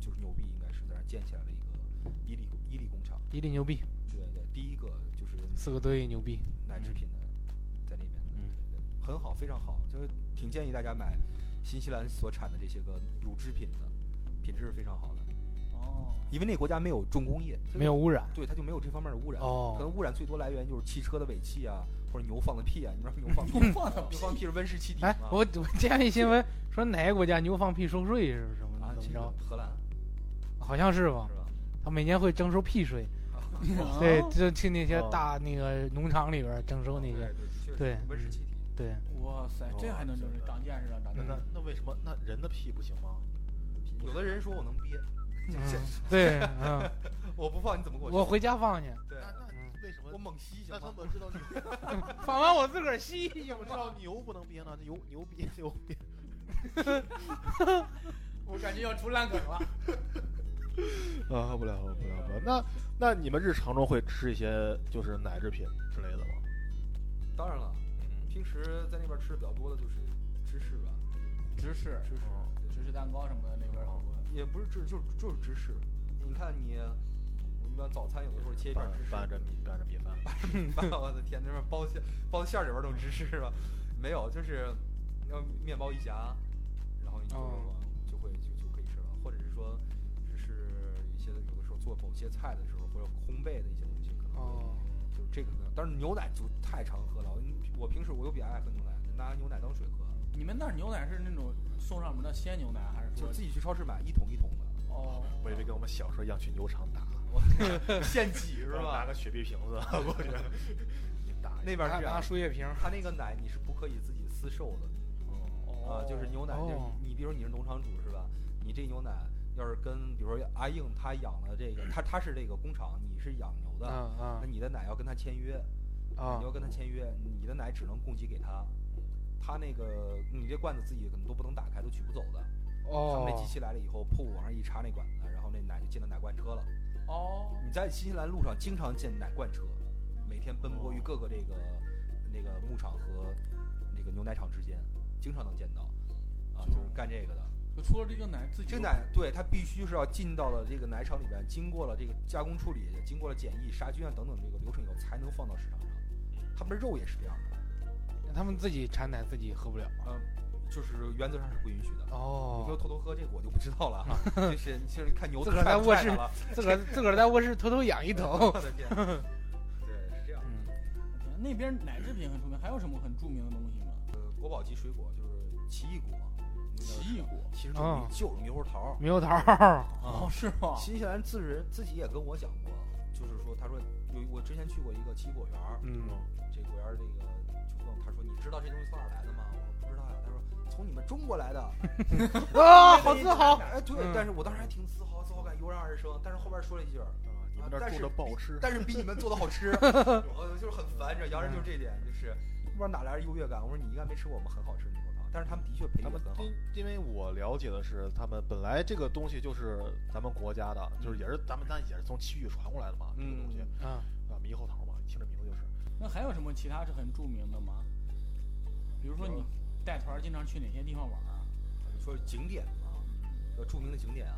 就是牛逼，应该是在那儿建起来了一个伊利伊利工厂，
伊利牛逼，
对对，第一个就是
四个多嗯亿牛逼，
奶制品的，在那边的，
嗯
对，很好，非常好，就是挺建议大家买新西兰所产的这些个乳制品的，品质是非常好的，
哦，
因为那个国家没有重工业，
没有，污染。
对，它就没有这方面的污染，可
哦，
能污染最多来源就是汽车的尾气啊，或者牛放的屁啊，你知道牛放 屁，
牛放的
牛放屁是温室气体
哎
吗？，
我我见一新闻说哪个国家牛放屁收税是不是什么
啊
的，怎
这
么
个
着？
荷兰
好像是吧？
是啊吧？
他每年会征收屁税，对，
啊
就去那
哦
些大那个农场里边儿征收那些，
对对确实
对
温室
嗯
气体。
对，
哇塞，这
哦
还能整？长见识了，啊长见
嗯
那
识
那那为什么那人的屁不行吗？
有的人说我能憋， 这
嗯
这，
对，嗯，
我不放你怎么给我？
我回家放去，
对
那，那为什么
我？猛吸行
那他
吗？
嗯们知道 牛，
放完我自个儿吸，
怎么知道牛不能憋呢？牛牛憋牛憋，
我感觉要出烂梗了。
啊，喝不了，喝不了，喝不了。那那你们日常中会吃一些就是奶制品之类的吗？
当然了，
嗯
平时在那边吃的比较多的就是芝士吧，
芝士，哦
芝士，哦对
芝士蛋糕什么的那边儿很多。
也不是芝士，就是就是芝士。你看你，我们一般早餐有的时候切一片
拌
芝士，
拌着米拌着米 饭，
拌我的天，那边包馅包馅儿里边都是芝士吧？没有，就是要面包一夹，然后你就、
哦
就会就就可以吃了，或者是说，就是一些有的时候做某些菜的时候，或者烘焙的一些东西，可能会
哦，
就是这个可能。但是牛奶就太常喝了，我我平时我又比较爱喝牛奶，拿牛奶当水喝，
你们那儿牛奶是那种送上门的鲜牛奶，还是
就
说
是自己去超市买一桶一桶的，
哦，
我以为跟我们小时候一样去牛场打，
现挤是 吧？
拿个雪碧瓶子过去，你打一
那边
拿
是这
拿
样，
输液瓶儿，
他那个奶你是不可以自己私售的，啊，就是牛奶，就是
哦
你比如说你是农场主是吧？你这牛奶要是跟比如说阿硬他养了这个，他他是这个工厂，你是养牛的，那
嗯
你的奶要跟他签约，
嗯啊
你要跟他签约，你的奶只能供给给他。他那个你这罐子自己可能都不能打开，都取不走的。他们那机
哦，
器来了以后，噗往上一插那管子，然后那奶就进了奶罐车了。
哦，
你在新西兰路上经常见奶罐车，每天奔波于各个这个、那个牧场和那个牛奶厂之间，经常能见到，啊，就是干这个的。
就除了这个奶自己
这
就
个奶对它必须是要进到了这个奶厂里边，经过了这个加工处理，经过了检疫、杀菌啊等等这个流程以后，才能放到市场上。他们的肉也是这样的，
他们自己产奶自己喝不了。
嗯，就是原则上是不允许的。有没有
哦，
偷偷喝这个我就不知道 了啊，就是你就是看牛
自个儿
踹
在卧
踹
室
它了，
自个儿自个儿在卧室偷偷养一头
我。的 天，对，是这样。
嗯，
那边奶制品很出名，还有什么很著名的东西吗？
呃，国宝级水果就是奇异果，
奇异果
其实就是
啊
猕就是猕猴桃儿。
猕猴桃儿，
哦，
啊
是吗？
新西兰自人自己也跟我讲过，就是说，他说有我之前去过一个奇异果园儿，
嗯，
啊
这果园儿这个就问我他说你知道这东西从哪儿来的吗？我说不知道呀。他说从你们中国来的。
啊，好自豪。
哎，对，
嗯
但是我当时还挺自豪，自豪感油然而生。但是后边说了一句儿，
啊，你
啊
们这儿
但
种
是
的不好吃，
但是比你们做的好吃，我就是很烦。这洋人就是这点，就是不知道哪来的优越感。我说你应该没吃过我们很好吃的猕猴桃，但是他们的确培育
他
的
们
很好。
因因为我了解的是，他们本来这个东西就是咱们国家的，就是也是咱们咱也是从西域传过来的嘛，这个东西
嗯，
嗯
啊，猕猴桃嘛，听着名字就是。
那还有什么其他是很著名的吗？比如说你带团儿经常去哪些地方玩儿啊？
你说景点啊，呃，著名的景点啊，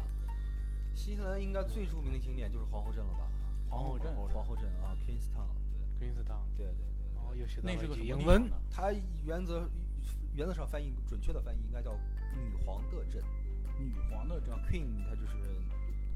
新西兰应该最著名的景点就是皇后镇了吧？
皇后镇
皇后镇
皇后镇啊，Queenstown，
g r e e n s t o w n
对对对对对。
哦，又学到
那是
了
个
一
什
句
么
英
地
文
方。呢？
它原则原则上翻译准确的翻译应该叫女皇的镇
女皇的镇，
啊，Queen 它就是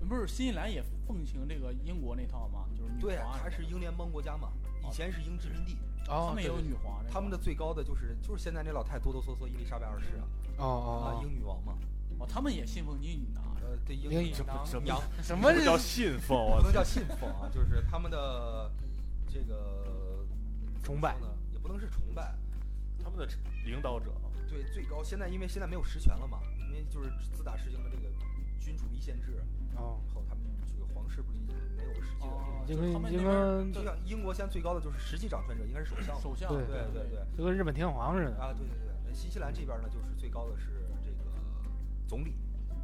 不是新西兰也奉行这个英国那套吗？就是女
对
皇
啊，
啊
它
什
是哦
么的
英联邦国家嘛，以前是英殖民地，
他
哦，
们也
对
有
对
女皇，啊
他们的最高的就是就是现在那老太哆哆嗦嗦伊丽莎白二世啊
哦
啊，
哦
英女王嘛，
哦，他们也信奉英女郎是吧，
呃，对英
英
女
女
王
郎
啊什
娘
哦，什么
不
人
叫信奉？
不
我
能叫信奉啊，就是他们的这个怎么
崇拜
说呢，也不能是崇拜，
他们的领导者
对最高现在因为现在没有实权了嘛，因为就是自打实行了这个君主立宪制
哦，
以后，他们这个皇室不是已经没有实际的这
哦
就
个
就是他
跟
们
就
那边儿
跟
就像英国现在最高的就是实际掌权者应该是首相嘛，
首相，
对
对对对，
就跟日本天皇似的。
啊对对对，那新西兰这边呢就是最高的是这个总理，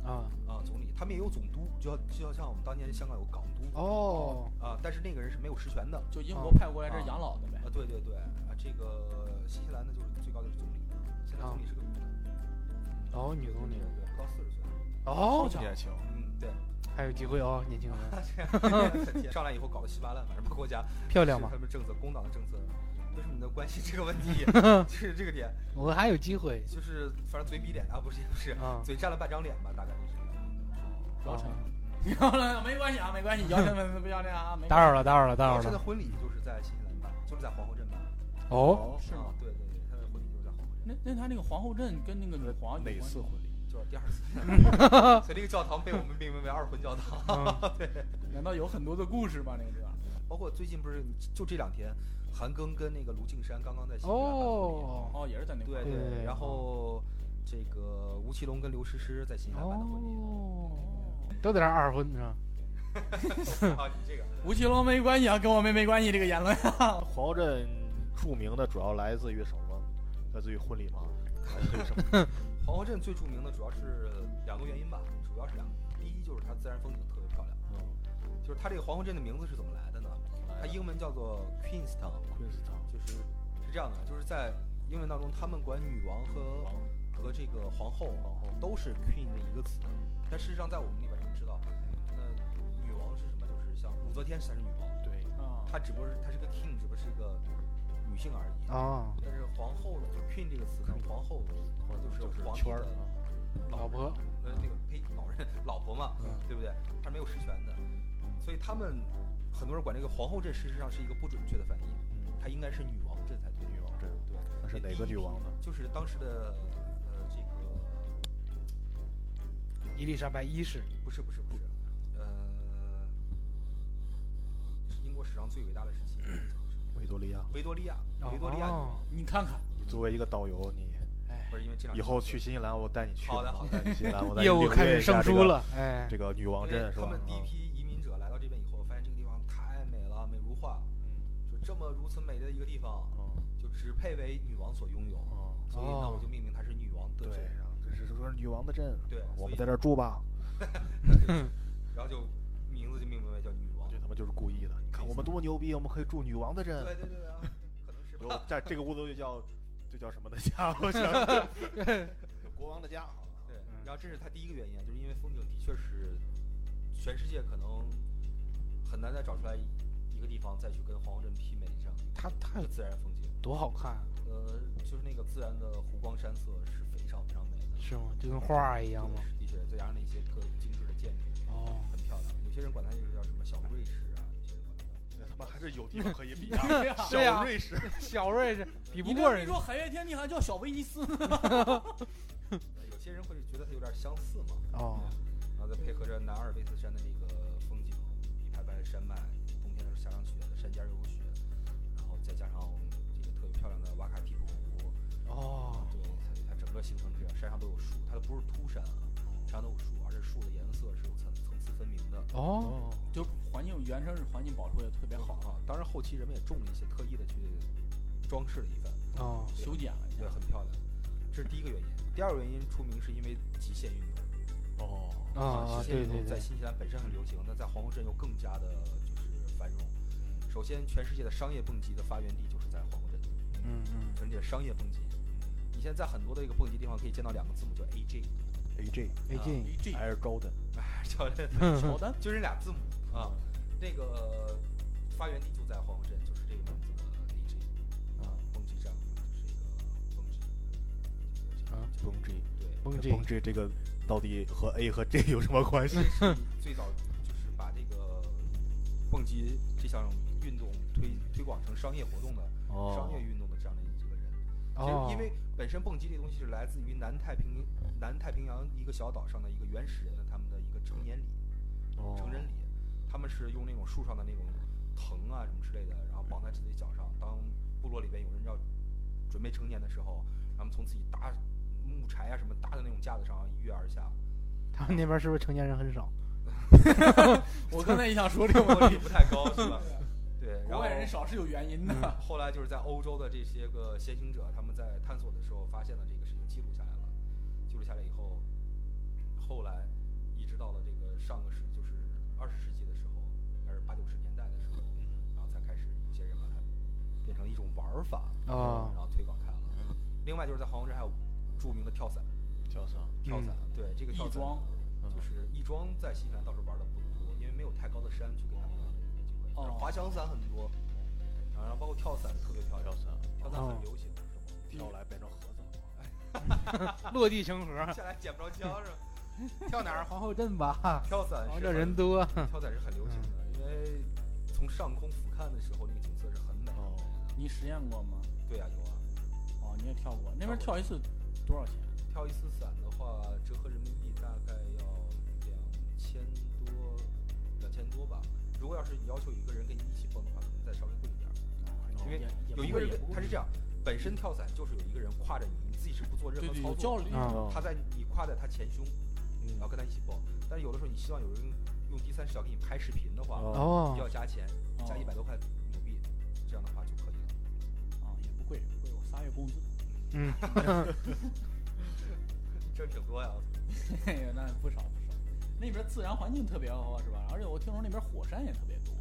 啊，
啊，总理，他们也有总督，就像就像我们当年香港有港督
哦，
啊，但是那个人是没有实权的
就英
啊
国派过来这儿养老的呗。
啊，对对对啊，这个新西兰的就是最高就是总理，现在总理是个女的，嗯
哦，女总理
对，对，不到四十岁，
哦，
巧
年轻，
嗯，对，
还有机会哦，年轻人，
嗯上来以后搞得稀巴烂，反正国家
漂亮
是
吗？
他们政策，工党的政策，为什么你要关心这个问题？就是这个点，
我还有机会
就是反正嘴比脸啊，不是也不是，
啊，
嘴占了半张脸吧，大概就是这
姚
样。
晨
哦，
姚晨 没关系啊，没关系，姚晨不要这样 啊，没
打扰了，打扰了，打
然后
扰
他的
了。
婚礼就是在新西兰办，就是在皇后镇办。
哦，
是吗
啊？对对对，他的婚礼就是在皇后镇，
那那他那个皇后镇跟那个女皇有
哪
关系
次
吗
啊婚礼？
就是第二 次。所以这个教堂被我们命名为二婚教堂。
嗯
难道有很多的故事吗？那个地方
包括最近不是就这两天，韩庚跟那个卢靖姗刚刚在新西兰办婚礼。
哦，
哦，也是在那块
对
儿。
对对
然后这个吴奇隆跟刘诗诗在新西兰办的婚礼。
哦，都在那儿二婚是吧？
啊，你这个。
吴奇隆没关系啊，跟我们没关系这个言论。
皇后镇啊著名的主要来自于什么？来自于婚礼吗？来自于什么？
皇后镇最著名的主要是两个原因吧，主要是两个。第一就是它自然风景特别漂亮，
嗯
就是它这个皇后镇的名字是怎么来的呢？它英文叫做 Queenstown，
Queenstown
就是是这样的，就是在英文当中，他们管女王和和这个皇后皇后嗯都是 Queen 的一个词，但事实上在我们里边你们知道，嗯那女王是什么？就是像武则天才是女王，
对，
啊，
她只不过是她是个 king，只不过是个女性而已。
哦，
但是皇后呢，就 queen 这个词呢，皇后可能就是皇帝
圈儿
的
啊
老婆，
呃，那个呸，老人老婆嘛，
嗯
对不对？她是没有实权的，所以他们很多人管这个皇后镇事实上是一个不准确的翻译，
嗯
它应该是女王镇才对。
女王镇
对，
那是哪个女王呢？
就是当时的呃这个
伊丽莎白一世，
不是不是不是，呃，是英国史上最伟大的时 期，
维多利亚。
维多利亚，维多利亚女王，
哦
你看看，
你作为一个导游，你
哎
不是因为这两
以后去新西兰，我带你去。
好的好的
带你去新西兰，我带你
业务
领
开
略
始
一
生
下这
疏
个。
了，哎，
这个女王
因为
镇是
他
吧？
们第一
啊
批移民者来到这边以后，发现这个地方太美了，美如画，就这么如此美的一个地方，
嗯
就只配为女王所拥有，
嗯，
所以呢，我就命名它是女王的
对
镇，，
然后这是说女王的镇，
对所
我们
以
在这儿住吧。
然后就名字就命名为叫女王。
这他妈就是故意的。你看我们多么牛逼，我们可以住女王的镇
对。对对啊，可能是吧。
有在这个屋子就叫就叫什么的家，我想国王的家。
对啊
嗯，
然后这是它第一个原因，就是因为风景的确是全世界可能很难再找出来一个地方再去跟皇后镇媲美这样的
它它有
自然风景。
多好看啊，
呃，就是那个自然的湖光山色是非常非常美的，
是吗？就跟花儿一
对
样吗？
是的确，再加上那些特精致的建筑，
哦，
很漂亮。有些人管它就是叫什么小瑞士啊，有些人管它叫
那他妈还是有地方可以比 啊
对 呀！
对呀
小瑞士，
小瑞 是比不
你这
过
你
人家
说海月天地还叫小威尼斯呢，
呃有些人会觉得它有点相似嘛。
哦，
然后再配合着南阿尔卑斯山的那个风景，一排排的山脉，冬天的时候下上雪，山尖儿有雪，然后再加上这个特别漂亮的瓦卡皮普湖，
哦，
对，它它整个形成这样，山上都有树，它都不是秃山啊，山上都有树，而且树的颜色是有层层次分明的。
哦，
就环境原生环境保护也特别好，
啊！当然后期人们也种了一些，特意的去装饰了一番，
哦，
修剪了一下
对，。很漂亮。这是第一个原因。第二个原因出名是因为极限运动。
哦，
啊
极限
对
运动
对对
在新西兰本身很流行，那在皇后镇又更加的就是繁荣。嗯首先，全世界的商业蹦极的发源地就是在皇后镇，
嗯嗯，
而且商业蹦极，你现在在很多的一个蹦极地方可以见到两个字母叫 AJ，
，AJ
没
啊
劲，
这
Air Jordan，
哎，叫 这
嗯
乔丹
就这俩字母啊。那个发源地就在皇后镇，就是这个名字的 AJ 啊，蹦极站是一个蹦极，这个
啊
这个
蹦 G，
对，
蹦极
蹦 G 这个到底和 A 和 J 有什么关系
这？是最早就是把这个蹦极这项运动推推广成商业活动的、
嗯哦
商业运动的这样的一个人。其
哦，
实因为本身蹦极这东西是来自于南太平南太平洋一个小岛上的一个原始人的他们的一个成年礼、
哦
成人礼，他们是用那种树上的那种藤啊什么之类的，然后绑在自己脚上。当部落里边有人要准备成年的时候，他们从自己搭木柴啊什么搭的那种架子上一跃 而下。
他们那边是不是成年人很少？
我刚才也想说 这个
落
问
地
题，
不太高是吧？对，然
国
后嗯
外人少是有原因的。
后来就是在欧洲的这些个先行者，他们在探索的时候发现了这个事情，记录下来了。记录下来以后，后来
嗯
一种玩儿法
啊
然后推广开了。另外就是在黄河镇还有著名的跳伞，
叫啥？
跳伞，对这个跳
亦
伞
庄
就是亦庄在新西兰倒是玩的不多，因为没有太高的山去给他们玩这个机会。但是
哦
滑翔伞很多，然后包括跳伞特别漂
跳
亮，
伞，
跳伞
哦
很流行，是
跳来变成盒子了。
落地成盒
吗？，下来捡不着枪是吧？
跳哪儿？皇后镇 吧，
跳伞
皇后
是
镇
很
哦人多。嗯
跳伞是很流行的，因为从上空俯瞰的时候，那个景色是很美的。
哦，
你实验过吗？
对呀、有啊，
哦，你也跳过，那边
跳
跳一次多少钱？
跳一次伞的话，折合人民币大概要两千多，两千多吧。如果要是你要求有一个人跟你一起蹦的话，可能再稍微贵一点儿。
哦
因为
也也
有
不
一个
贵
人
也不
跟
贵
他是这样，本身跳伞就是有一个人挎着你，你自己是不做任
对
何
对
操
有
作
教啊
的，
练，
嗯
哦
他在你挎在他前胸，然后跟他一起蹦。但是有的时候你希望有人用第三视角给你拍视频的话，
哦，
你
哦
就要加钱，加一百多块纽币，这样的话就可以了。
啊，也不贵，也不贵，我仨月工资。
嗯，
这挺多呀，
嘿，那不少不少。那边自然环境特别好，啊是吧？而且我听说那边火山也特别多。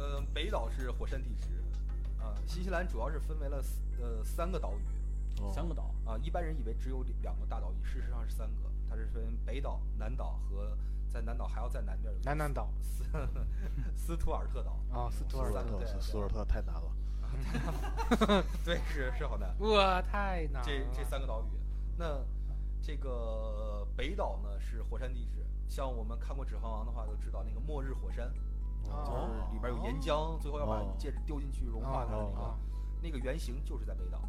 呃，北岛是火山地质，啊、新西兰主要是分为了四呃三个岛屿，
哦
三个岛，
啊、一般人以为只有两个大岛屿，事实上是三个，它是分北岛、南岛和在南岛还要在南边有一个
南南岛
斯斯图尔特岛，
啊，斯图尔
斯
特
尔。特斯斯尔特太难了。
对，是是好难，
哇，太难了。
这这三个岛屿，那这个北岛呢是火山地质，像我们看过《指环王》的话都知道那个末日火山，就是
哦
里边有岩浆，最后要把
哦
戒指丢进去融化它的那个
哦，
那个原型就是在北岛。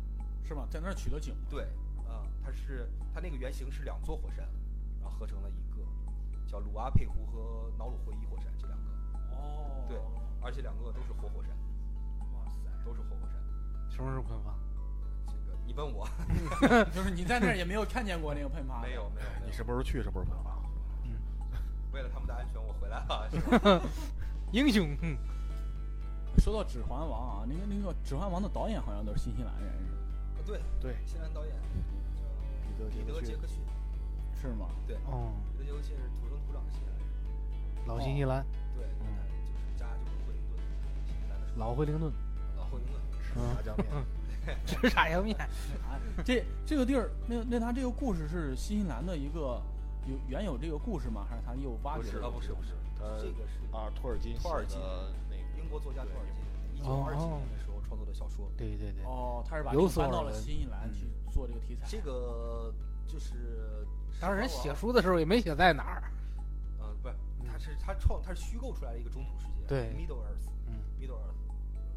是吧？在那儿取的景嘛。
对，啊、它是它那个原型是两座火山，然后合成了一个叫鲁阿佩湖和瑙鲁霍伊火山这两个，
哦，
对而且两个都是活火山，
哇塞，
都是活火山。
什么是喷发？
这个你问我
就是你在那儿也没有看见过那个喷发，
啊没有？没有没
你
有，
什么时候去？什么时候喷发？
为了他们的安全我回来了。 是吧
英雄，嗯
说到《指环王》啊，那个那个《指环王》的导演好像都是新西兰人，
啊对，
对，
新兰导演
彼
叫
得
彼
杰克
得杰
逊。
克逊，
是吗？
哦，
彼得杰克逊是土生土长的新西兰人，
老新西兰，
对，
嗯
他就是家就是惠灵顿，新西兰的首
老惠灵顿，
都老惠灵顿。
吃炸酱 面，
吃炸酱面。
啊 这这个地儿，那那他这个故事是新西兰的一个有原有这个故事吗？还是他又挖
不
掘
是
的？
啊，不是不啊是，
他
这个是
阿尔托尔金，
托尔金
那个
英国作家托尔金，一九二几年的时候创作的小说。
对对对，
哦，他是把
有
这个
所
搬到
耳
了
闻
新西兰
嗯
去做这个题材。
这个就是，
当时人写，书的时候也没写在哪儿。
嗯、不是，他是他创，他是虚构出来的一个中土世界，
对
，Middle Earth，Middle
嗯
Earth，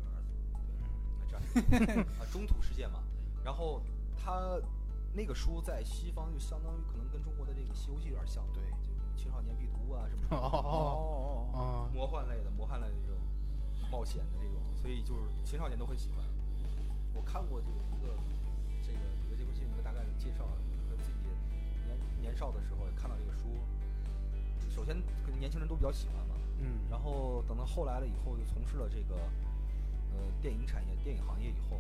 呃
嗯
那这样 啊，中土世界嘛。然后他那个书在西方就相当于可能跟中国的这个《西游记》有点像，
对，
就青少年必读啊什么
哦
的，
哦
哦哦
哦，
魔幻类的、魔幻类的这种冒险的这种，所以就是青少年都很喜欢。我看过就有一个这个有个这部剧一个大概的介绍，和自己年年少的时候也看到这个书，首先可能年轻人都比较喜欢嘛，
嗯，
然后等到后来了以后，就从事了这个呃电影产业、电影行业以后，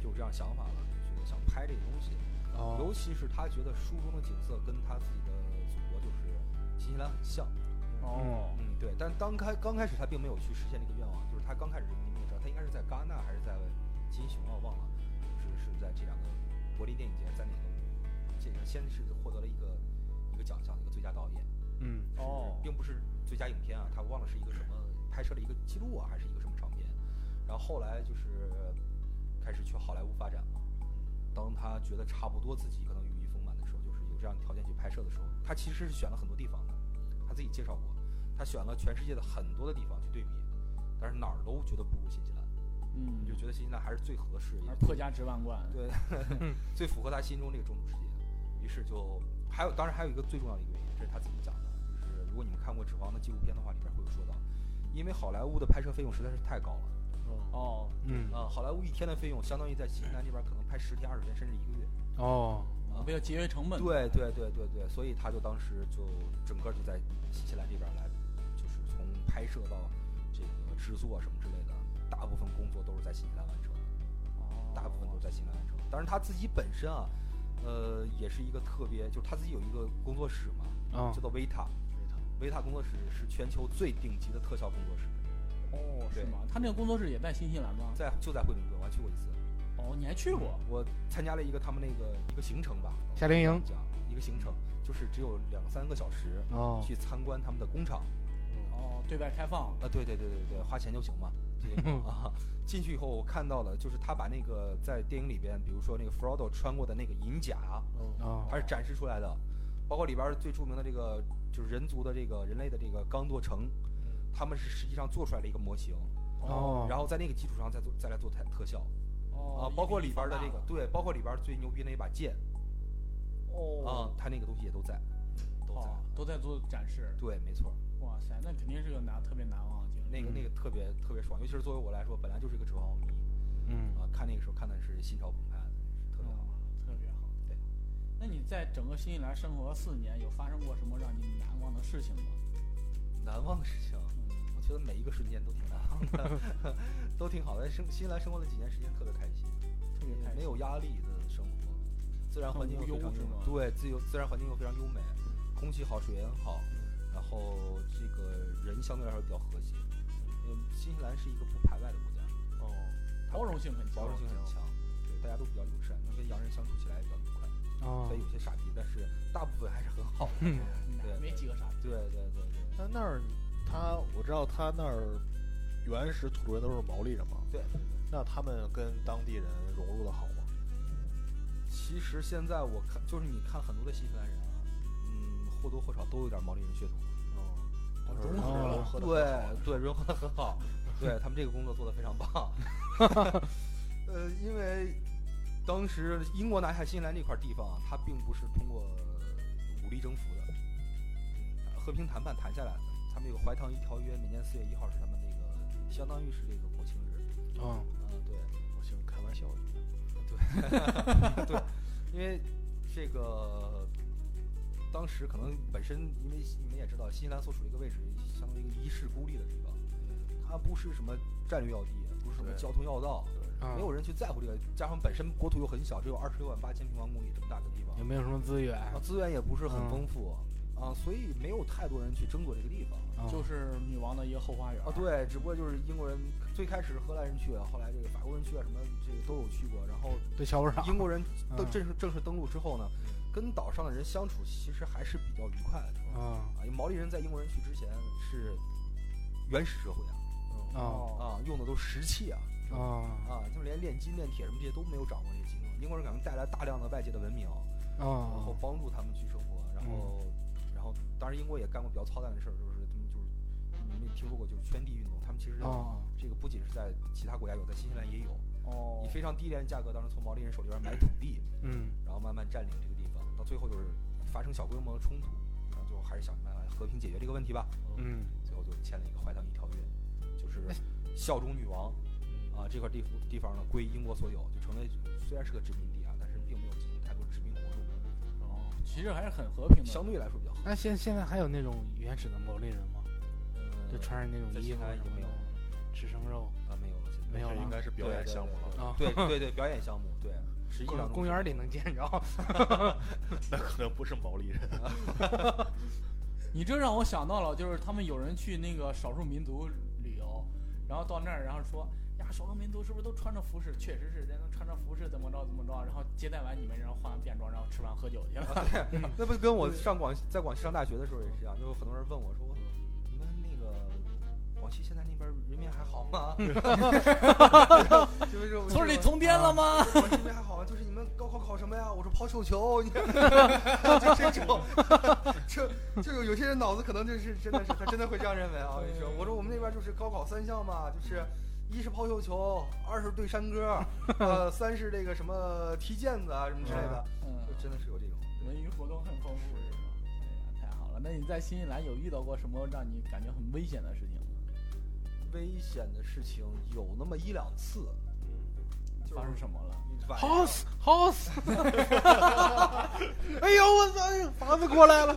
就有这样想法了，觉得想拍这个东西，
哦
尤其是他觉得书中的景色跟他自己的祖国就是新西兰很像。
哦，
嗯，对，但当开刚开始他并没有去实现这个愿望，就是他刚开始你们也知道，他应该是在戛纳还是在金熊啊，我忘了，就是是在这两个柏林电影节在哪个这个先是获得了一个一个奖项，一个最佳导演，
嗯
是
哦
并不是最佳影片啊，他忘了是一个什么拍摄了一个记录啊，还是一个什么长片，然后后来就是开始去好莱坞发展嘛。当他觉得差不多自己可能羽翼丰满的时候，就是有这样的条件去拍摄的时候，他其实是选了很多地方的，他自己介绍过，他选了全世界的很多的地方去对比，但是哪儿都觉得不如新西兰，
嗯，
你就觉得新西兰还是最合适，也
还
是
是破家值万贯。
对，最符合他心中这个中土世界。于是就还有，当然还有一个最重要的一个原因，这是他自己讲的，就是如果你们看过《指环王》的纪录片的话，里面会有说到，因为好莱坞的拍摄费用实在是太高了，
哦，
嗯
啊、好莱坞一天的费用相当于在新西兰这边可能拍十天、二十天甚至一个月，
哦
啊、
为了节约成本。
对对对对对，所以他就当时就整个就在新西兰这边来，就是从拍摄到这个制作什么之类的，大部分工作都是在新西兰完成的。
哦，
大部分都在新西兰完成。当然他自己本身啊，呃，也是一个特别，就是他自己有一个工作室嘛，
哦
叫做维塔，维塔工作室是全球最顶级的特效工作室，
哦，是
对
吗？他那个工作室也在新西兰吗？
在就在惠灵顿，我还去过一次，
哦，你还去过？
我参加了一个他们那个一个行程吧，
夏令营
讲一个行程，就是只有两三个小时
哦，
去参观他们的工厂。嗯
哦，对外开放。
啊，对对对对对，花钱就行嘛。这个啊，进去以后我看到了，就是他把那个在电影里边，比如说那个 Frodo 穿过的那个银甲，
哦
还是展示出来的，包括里边儿最著名的这个就是人族的这个人类的这个刚铎城，他们是实际上做出来了一个模型，
哦
然后在那个基础上再做再来做特特效啊
哦，，
包括里边儿的
一
这个
放
对，包括里边儿最牛逼那一把剑
大
啊
哦，，
他那个东西也都在，都在，
哦都在嗯做展示。
对，没错儿，
哇塞，那肯定是个难特别难忘的经历。
那个那个特别特别爽，尤其是作为我来说，本来就是一个指环王迷
嗯
啊，看那个时候看的是心潮澎湃，是特别好。
嗯特别好。
对，
那你在整个新西兰生活四年，有发生过什么让你难忘的事情吗？
难忘的事情，
嗯，
我觉得每一个瞬间都挺难忘 的， 都挺好的。生新来生活了几年时间，特别开心，
特别开心
嗯没有压力的生活，自然环境又非
很无忧
常优
是吗嗯
对，自由自然环境又非常优美，空气好，水源好，然后这个人相对来说比较和谐。因为新西兰是一个不排外的国家，
哦，
包容性很强，嗯
包容性很强，对，大家都比较友善，那跟洋人相处起来也比较愉快。
哦
虽然有些傻逼，但是大部分还是很好的。
嗯
对
没几个傻逼。
对对对对
他那儿他我知道他那儿原始土著人都是毛利人嘛，
对。
那他们跟当地人融入的好吗？
其实现在我看，就是你看很多的新西兰人啊，嗯，或多或少都有点毛利人血统。
哦，就是
融合
了
融合的
对对，融合的很 好，对他们这个工作做得非常棒。 呃，因为当时英国拿下新西兰这块地方啊，它并不是通过武力征服的，嗯，和平谈判谈下来的。他们有个怀唐伊条约，每年四月一号是他们那个，相当于是这个国庆日。
哦
嗯，对。
我寻思开玩笑，
对，对，因为这个当时可能本身，因为你们也知道，新西兰所处的一个位置，相当于一个遗世孤立的地方，
嗯
它不是什么战略要地，不是什么
对
交通要道，
啊
没有人去在乎这个。加上本身国土又很小，只有二十六万八千平方公里这么大个地方
也，没有什么资源，
啊，资源也不是很
嗯
丰富啊，所以没有太多人去争夺这个地方。
哦
就是女王的一个后花园
啊，，对，只不过就是英国人最开始是荷兰人去，后来这个法国人去啊，什么这个都有去过，然后
都瞧不上
英国人都
嗯
正式正式登陆之后呢，跟岛上的人相处其实还是比较愉快的
啊
啊。因为毛利人在英国人去之前是原始社会啊，
啊
哦，
啊，用的都是石器啊，
啊
啊，就连炼金、炼铁什么这些都没有掌握这些技能。英国人给他们带来大量的外界的文明，然
啊
后帮助他们去生活，然后，然后，当然英国也干过比较操蛋的事儿，就是他们就是你们也听说过，就是圈地运动，他们其实
啊
这个不仅是在其他国家有，在新西兰也有，
哦
以，啊非常低廉的价格当时从毛利人手里边买土地，
嗯
然后慢慢占领这个地方，到最后就是发生小规模的冲突，然后最后还是想办法和平解决这个问题吧。
嗯
最后就签了一个怀唐伊条约，就是
哎
效忠女王
嗯
啊，这块地方地方呢归英国所有，就成为虽然是个殖民地啊，但是并没有进行太多殖民活动，
哦，其实还是很和平的，
相对来说比较好。
哎
那现现在还有那种原始的毛利人吗？
呃
就穿着那
在
种衣
西
服
安已
什
经
么
没有
的
了，
吃生肉
啊，没有了，现在
没有
这应
了
该是表演项目了，
啊？
对对对，表演项目对，实际
公
上
公园里能见着，
那可能不是毛利 人，
你这让我想到了，就是他们有人去那个少数民族旅游，然后到那儿，然后说呀，少数民族是不是都穿着服饰？确实是，人家穿着服饰怎么着怎么着，然后接待完你们，然后换完便装，然后吃饭喝酒去了。
那不跟我上广在广西上大学的时候也是一样，就有很多人问我说，你们那个广西现在那边人民还好吗？ 就是我
村里通电了吗？
我说你们还好吗？就是你们高考考什么呀？我说跑手球， 你就这种，这就有有些人脑子可能就是真的是他真的会这样认为啊。我跟你说，我说我们那边就是高考三项嘛，就是。一是抛绣球，二是对山歌，呃，三是这个什么踢毽子啊，什么之类的，
嗯
就，真的是有这种。对
文娱活动很丰富，是吗？哎呀，太好了！那你在新西兰有遇到过什么让你感觉很危险的事情吗？
危险的事情有那么一两次，就是
发生什么了？
晚上
house house，哎呦我操，哎呦房子过来了，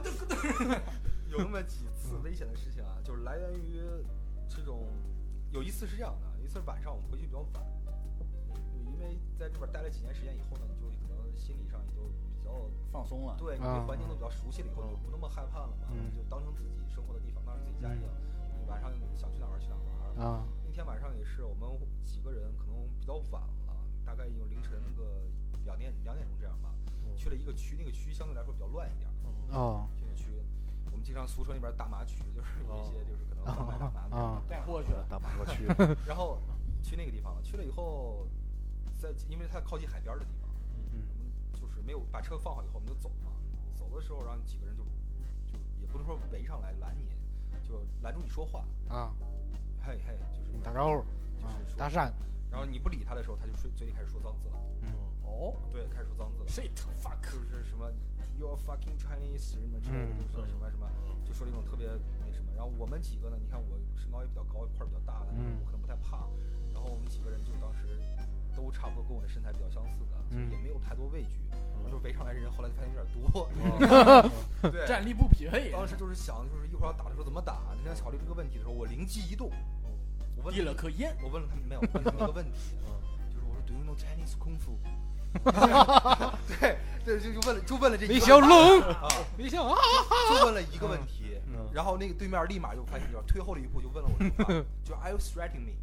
有那么几次
嗯
危险的事情啊，就是来源于这种。有一次是这样的，啊有一次晚上我们回去比较晚，因为在这边待了几年时间以后呢，你就可能心理上也就比较
放松了。
对，你对
啊
环境都比较熟悉了以后，
嗯
就不那么害怕了嘛，
嗯
就当成自己生活的地方，当成自己家一样。你晚晚上想去哪儿玩儿去哪儿玩儿。
啊
那天晚上也是我们几个人，可能比较晚了，大概已经凌晨个两点两点钟这样吧，
嗯
去了一个区，那个区相对来说比较乱一点儿，
哦
去那个区，我们经常俗称那边儿大麻区，就是有一
哦
些就是可能贩卖大麻的地方
啊
带货去了，
大马过 去，
然后去那个地方了，去了以后，在因为它靠近海边儿的地方，
嗯
我们就是没有把车放好以后，我们就走嘛。走的时候，然后几个人就就也不能说围上来拦你，就拦住你说话，
啊，
嘿嘿，就是
打招呼
就
啊
是，说
搭讪，
然后你不理他的时候，他就说嘴里开始说脏字了，
哦
对，开始说脏字了，
，shit fuck，
就是什么 you're fucking Chinese 什么之类的，
嗯
就是什么什么，就说了一种特别那什么。然后我们几个呢，你看我身高也比较高，块儿比较大的，
嗯
我可能不太怕。然后我们几个人就当时都差不多跟我的身材比较相似的，
嗯
也没有太多畏惧。然后就围上来的人，后来就发现有点 多，对，
战力不匹配，
当时就是想，就是一会儿要打的时候怎么打。正在考虑这个问题的时候，我灵机一动，
哦
我问
递
他
了
们，
颗烟，
我问了他们没有，我问了他们一个问题，
嗯
就是我说 Do you know Chinese kung fu？对 对，就就问了，就问了这一
李
个
小
问
龙，
啊，
李小啊，
就问了一个问题，
嗯
然后那个对面立马就发现，就退后了一步，就问了我一 句话，就 Are you threatening me？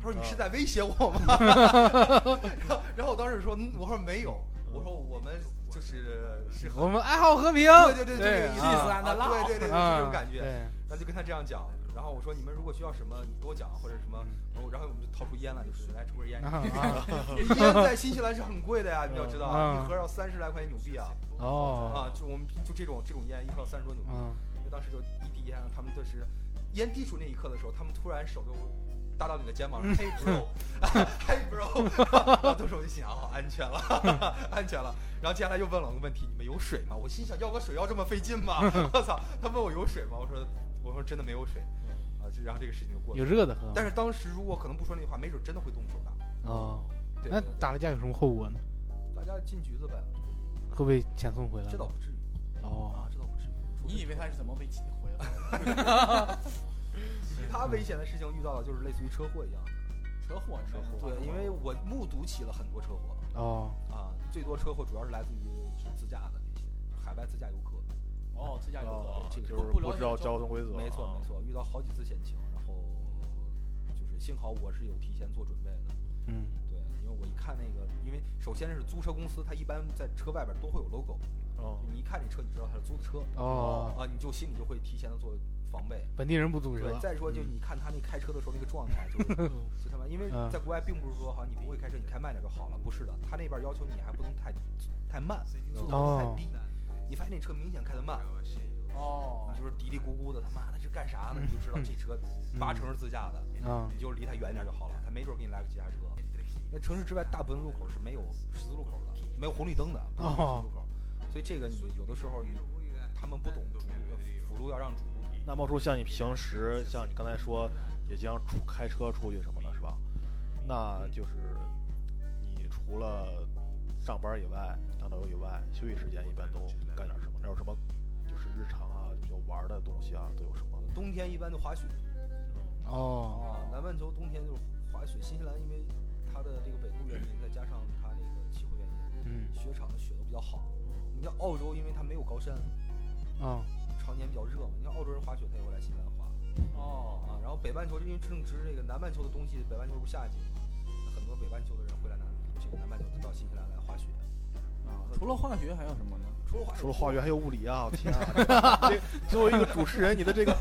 他说你
啊
是在威胁我 吗？然后然后我当时说，嗯我说没有，我说我们就是是
我们爱好和平，
对对对，就这
对
个意思
啊
啊
啊对对对，就
啊
这种感觉。
对，
然后就跟他这样讲，然后我说你们如果需要什么，你给我讲或者什么，然后然后我们就掏出烟来，就是来抽根烟。
嗯啊 啊
烟在新西兰是很贵的呀，你要知道，
嗯
一盒要三十来块钱纽币啊
哦，
啊！就我们就这种这种烟，一盒要三十多纽币。
嗯
因为当时就一滴烟，他们顿时烟滴出那一刻的时候，他们突然手就搭到你的肩膀
嗯
上，嘿 bro，嘿 bro，然后 当时我就心想，哦，安全了，安全了。然后接下来又问了我个问题，你们有水吗？我心想，要个水要这么费劲吗？ 我操！他问我有水吗？我说，我说真的没有水。啊，这然后这个事情就过
嗯
去
有
了。
热的喝吗，
但是当时如果可能不说那句话，没准真的会动手打。
哦，
对
那
对对
打了架有什么后果呢？
大家进局子呗，
会不会遣送回来？
这倒不至于
哦，
啊，这倒不至于。
你以为他是怎么被挤回来的？
其他危险的事情遇到的就是类似于车祸一样的。
车祸，车祸，
对，因为我目睹起了很多车祸。
哦，
啊，最多车祸主要是来自于是自驾的那些海外自驾游客。
哦，自驾游
哦
客，
就是
不
不知道交通规则，
没错
啊
没错，遇到好几次险情，然后就是幸好我是有提前做准备的。
嗯，
对，因为我一看那个，因为首先是租车公司，它一般在车外边都会有 logo，
哦
你一看这车，你知道它是租的车，
哦，
啊，你就心里就会提前的做防备。
本地人不组
对，
车，
再说就你看他那开车的时候那个状态， 就是就他妈，因为
嗯
在国外并不是说好像你不会开车，你开慢点就好了，不是的，他那边要求你还不能太太慢，速度不能
哦
太低。你发现那车明显开得慢，
哦
你，就是嘀嘀咕咕的，他妈的这干啥呢？你就知道这车
嗯
八成是自驾的，
啊
你就离他远点就好了，他没准给你来个急刹车。那城市之外大部分路口是没有十字路口的，没有红绿灯的，不是十字路
哦
口，所以这个你有的时候你他们不懂主路辅路要让主路。
那冒出像你平时像你刚才说也经常出开车出去什么的，是吧？那就是你除了上班以外、当导游以外，休息时间一般都干点什么？那有什么就是日常啊，就玩的东西啊，都有什么？
冬天一般就滑雪，
哦，
啊，南半球冬天就是滑雪，新西兰因为它的这个纬度原因，再加上它这个气候原因，
嗯
雪场的雪都比较好。你像澳洲，因为它没有高山，嗯
啊
常年比较热嘛，你像澳洲人滑雪，他也会来新西兰滑
哦，
啊。然后北半球，因为正值这个南半球的冬季，北半球不是夏季嘛，那很多北半球的人会来南这个南半球到新西兰来滑雪。
啊除了化学还有什么呢？
除了滑雪，
除了化学还有物理啊！我天啊！这 作为一个主持人，你的这个，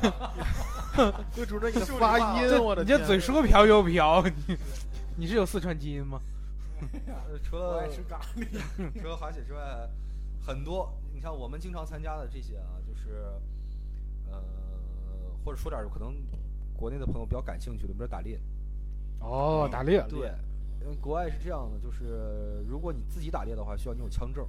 作为主持人你的发音，我的
你这
天啊
嘴说瓢又瓢，你你是有四川基因吗？
呃除
我
了
爱吃咖喱。
除了滑雪之外，很多你像我们经常参加的这些啊，就是呃，或者说点儿可能国内的朋友比较感兴趣的，比如打猎。
哦，打猎，
对，因为国外是这样的，就是如果你自己打猎的话，需要你有枪证，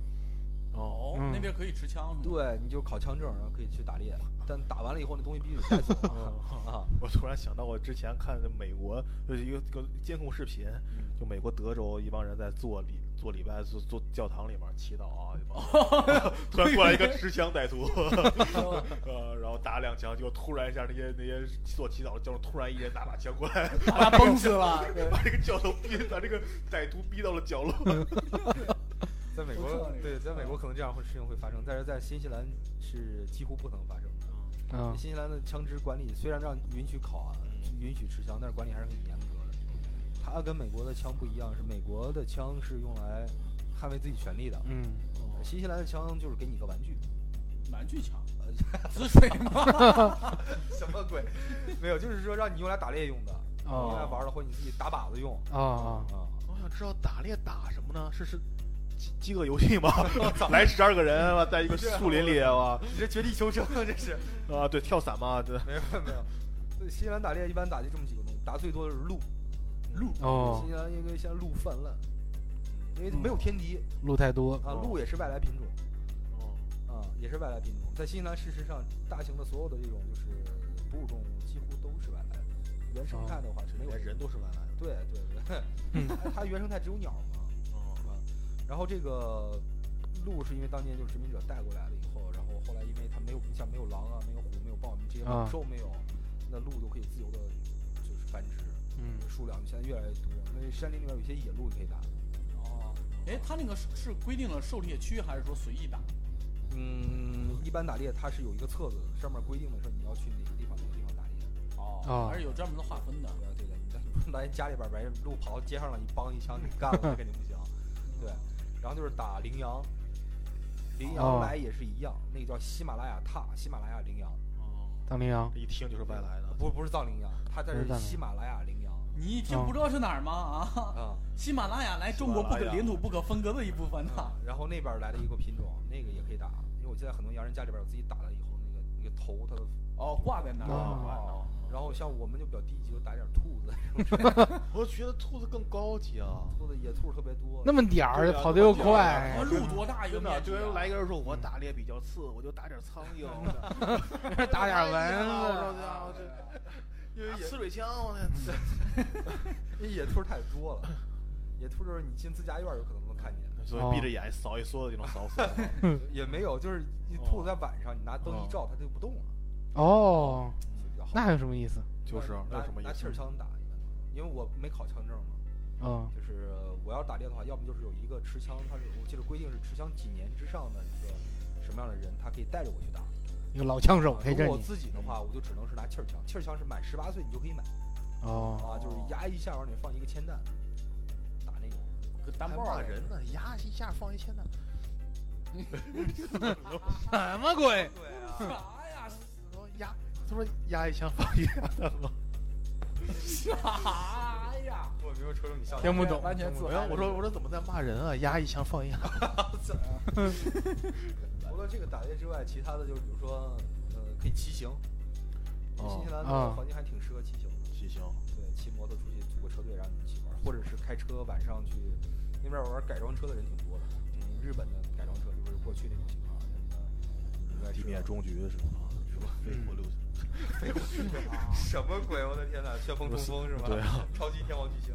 哦，
哦，那边可以持枪是吗？
对，你就考枪证，然后可以去打猎。但打完了以后，那东西必须得带 走
哦
啊 啊。
我突然想到，我之前看的美国有一个一个监控视频，
嗯
就美国德州一帮人在做礼做礼拜做做教堂里面祈祷啊，一 帮人突然过来一个持枪歹徒，呃，然后打两枪，就突然一下那些那些做祈祷的教众突然一人拿把枪过来，
把他崩死了。对
把这个教头逼把这个歹徒逼到了角落。
嗯
在美
不
国
错，那个嗯
对，在美国可能这样会事情会发生，但是在新西兰是几乎不可能发生的。
嗯
新西兰的枪支管理虽然让允许烤啊，
嗯
允许持枪，但是管理还是很严格的。它跟美国的枪不一样，是美国的枪是用来捍卫自己权利的，
嗯，
新西兰的枪就是给你个玩具，
玩具枪
呃，
滋水吗？
什么鬼？没有，就是说让你用来打猎用的，用来
哦
玩儿的，或者你自己打靶子用
啊啊，
啊。
我想知道打猎打什么呢？是是饥饥饿游戏 吗？来十二个人，哇在一个
啊
树林里哇
你这绝地求生啊，这是
啊，对，跳伞嘛，对，
没有没有。对，新西兰打猎一般打就这么几个东西，打最多的是鹿，
鹿
哦
新，西兰因为现在鹿泛滥，因为没有天敌
路太多，
啊，鹿也是外来品种。
哦
啊，也是外来品种。在新西兰，事实上，大型的所有的这种就是哺乳动物几乎都是外来的。原生态的话是没有
连哦人
的
都是外来的。
对对对，
嗯
它 它原生态只有鸟嘛，
哦
是吧？然后这个鹿是因为当年就是殖民者带过来了以后，然后后来因为它没有你像没有狼啊，没有虎，没有豹，这些
啊
猛兽没有，那鹿就可以自由的，就是繁殖，
嗯
数量现在越来越多。那山林里面有些野鹿你可以打，
哦，哎，他那个是是规定了狩猎区，还是说随意打？
嗯，一般打猎它是有一个册子，上面规定的说你要去哪个地方哪个地方打猎。
哦
哦，
还是有专门的划分的。
对对对，你来家里边儿把人路跑到街上了，你帮一枪你干了，那肯定不行。对，然后就是打羚羊，羚羊
哦
来也是一样，那个叫喜马拉雅踏，喜马拉雅羚羊，
哦，
当羚羊，
一听就是外来的，
不不是藏羚羊，它这
不是藏
是
羚
喜马拉雅羚羊
你一听不知道是哪儿吗？ 啊，
啊
喜马拉雅来中国不
喜马
可
拉雅
领土不可分割的一部分呐
啊。，然后那边儿来的一个品种，那个也可以打，因为我记得很多洋人家里边儿有自己打了以后，那个那个头它的。
哦，挂在那儿。
哦
哦，
然后像我们就比较低级，就打点儿兔子，
我觉得兔子更高级啊。
兔子野兔儿特别多。
那么点儿跑得又快
哦，鹿多大一个
真的，
面积
就
啊？
跟来一个人说，我打猎比较次，我就打点苍蝇，
打点
啊哎
啊蚊
我说
子，
家伙这
因为
拿
野
刺水枪，我那
因为野兔儿太多了，野兔儿就是你进自家院儿有可能能看见。
所以闭着眼扫一梭子就能扫死。
也没有，就是一
哦
兔子在晚上，你拿灯
哦
一照，它就不动了。
哦，
就比较好
那还有什么意思？
就是
拿
那有什么意
拿气
思
儿？枪打，一般都是因为我没考枪证嘛，
嗯
就是我要打猎的话，要么就是有一个持枪，它是我记得规定是持枪几年之上的一个什么样的人，他可以带着我去打。啊
一个老枪手陪着
如果我
你
自己的话，
嗯
我就只能是拿气儿枪，气儿枪是满十八岁你就可以买
哦，
啊，就是压一下往里放一个铅弹，打那种。
跟
还
单
骂
爆
人呢，压一下放一千呢。
什么鬼？
对啊
啥呀？
他说 压，他说压一枪放一下弹吗？
啥呀？
我没有瞅瞅你笑
听不懂
完全自
我
嗨
说
了。
我说我说怎么在骂人啊？压一枪放一下。
除了这个打猎之外，其他的就是比如说，呃，可以骑行。因为新西兰的
哦
环境还挺适合骑行的，
骑行，
对，骑摩托出去组个车队让你们一起玩儿，或者是开车晚上去那边儿玩儿改装车的人挺多的，嗯日本的改装车就是过去那种情况，嗯那个
地面中局是吧？是吧？飞火六，
什么鬼？我的天哪！旋风
不
冲锋
是
是吧？
对啊，
超级天王巨星，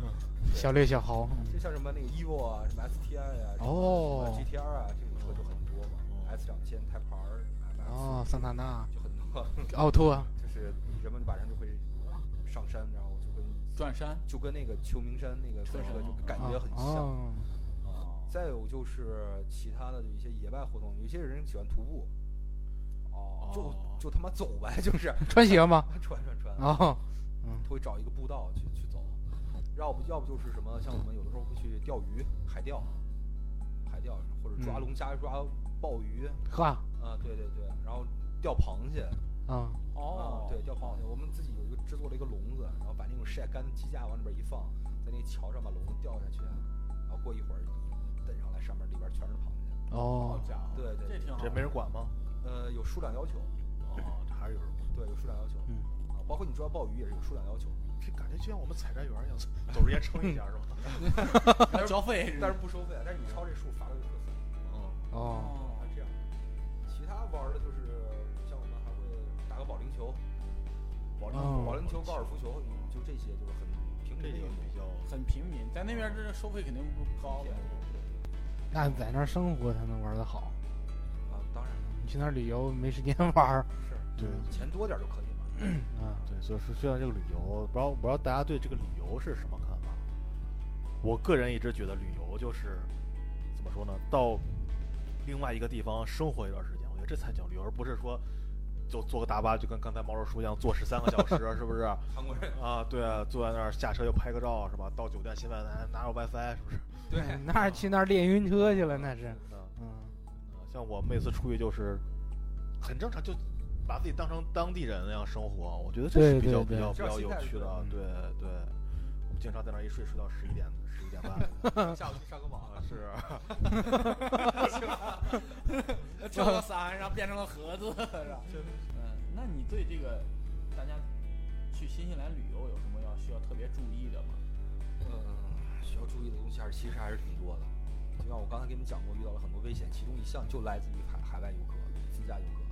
小烈小豪，
就像什么那个 EVO 啊，什么 STI 啊，什么
哦
GTR 啊，这种车就很多嘛，S 两千、泰牌儿、
哦，
MS
桑塔纳、
就很多，
奥拓啊，
就是人们晚上就会上山，然后就跟
转山。
就跟那个秋名山那个风格就感觉很像。
哦，
再有就是其他的一些野外活动，有些人喜欢徒步，
哦
就就他妈走呗， 就是
穿鞋吗？
穿穿穿，
哦，嗯，
会找一个步道去去走，要不要不就是什么，像我们有的时候会去钓鱼，海钓，海钓或者抓
嗯
龙虾、抓鲍鱼，
呵，
啊，对对对，然后钓螃蟹，
嗯，
哦
啊，对，钓螃蟹，我们自己有一个制作了一个笼子，然后把那种晒干的鸡架往里边一放，在那个桥上把笼子吊下去，然后过一会儿一蹬上来，上面里边全是螃蟹。
好
哦，
家伙，
对对
这挺好。
这没人管吗？
呃，有数量要求，
哦，这还是有人管。
对，有数量要求
嗯，
啊，包括你抓鲍鱼也是有数量要求，
这感觉就像我们采摘园一样， 走之前称一下 是吧？嗯
还交费
但是不收费，啊但是你超这数罚的就特死。
嗯，
哦，
哦
啊，这样。其他玩的就是像我们还会打个保龄球、
保
哦
保龄球、高尔夫球，嗯就这些就是很平
这
民的
个
运动
比。较
很平民，在那边这收费肯定不高的。
那在那儿生活才能玩得好，
啊，当然了，
你去那儿旅游没时间玩儿，
是
对
钱多点儿就可以嘛。
啊，
对，所以说说到这个旅游，不知道不知道大家对这个旅游是什么看法？我个人一直觉得旅游就是怎么说呢，到另外一个地方生活一段时间，我觉得这才叫旅游，而不是说就坐个大巴，就跟刚才毛叔说一样，坐十三个小时， 是不是？
韩国人
啊，对啊，坐在那儿下车又拍个照，是吧？到酒店现在拿拿有 WiFi，是不是？
对，
那 儿去那儿练晕车去了，那是，
嗯，
嗯，
像我每次出去就是很正常，就把自己当成当地人那样生活，我觉得这是
对
比较
对
比较比
对
较有
这样
趣
心态是
的。啊嗯对对，我们经常在那儿一睡睡到十一点十一点半
下午去上个网
啊，是
跳到伞，然后变成了盒子，是吧？嗯，那你对这个大家去新西兰旅游有什么要需要特别注意的吗？
嗯，需要注意的东西还是其实还是挺多的。就像我刚才跟你们讲过，遇到了很多危险，其中一项就来自于海海外游客、自驾游客。
啊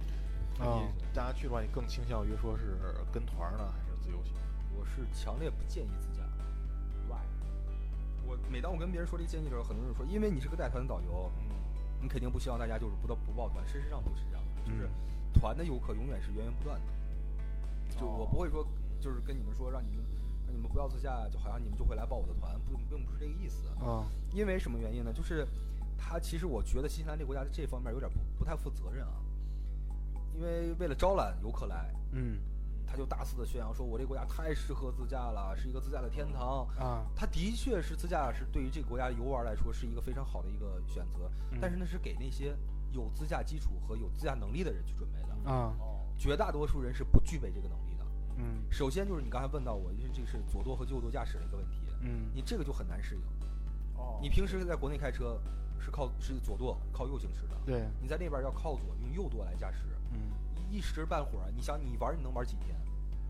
那你大家去的话，你更倾向于说是跟团呢，还是自由行？
我是强烈不建议自驾。
Why？
我每当我跟别人说这个建议的时候，很多人说，因为你是个带团的导游，
嗯，
你肯定不希望大家就是不到不报团。事实上不是这样的，就是团的游客永远是源源不断的。就我不会说，就是跟你们说让你们让你们不要自驾，就好像你们就会来报我的团，不并不是这个意思。
哦，
因为什么原因呢？就是他其实我觉得新西兰这个国家在这方面有点不不太负责任啊，因为为了招揽游客来，
嗯，
他就大肆的宣扬说我这个国家太适合自驾了，是一个自驾的天堂。
啊，
它的确是自驾是对于这个国家游玩来说是一个非常好的一个选择，
嗯
但是那是给那些有自驾基础和有自驾能力的人去准备的，
啊，
哦，
绝大多数人是不具备这个能力的。
嗯，
首先就是你刚才问到我，就是这是左舵和右舵驾驶的一个问题，
嗯，
你这个就很难适应。
哦，
你平时在国内开车是靠是左舵靠右行驶的，
对，
你在那边要靠左用右舵来驾驶，
嗯，
一时半会儿啊你想你玩你能玩几天？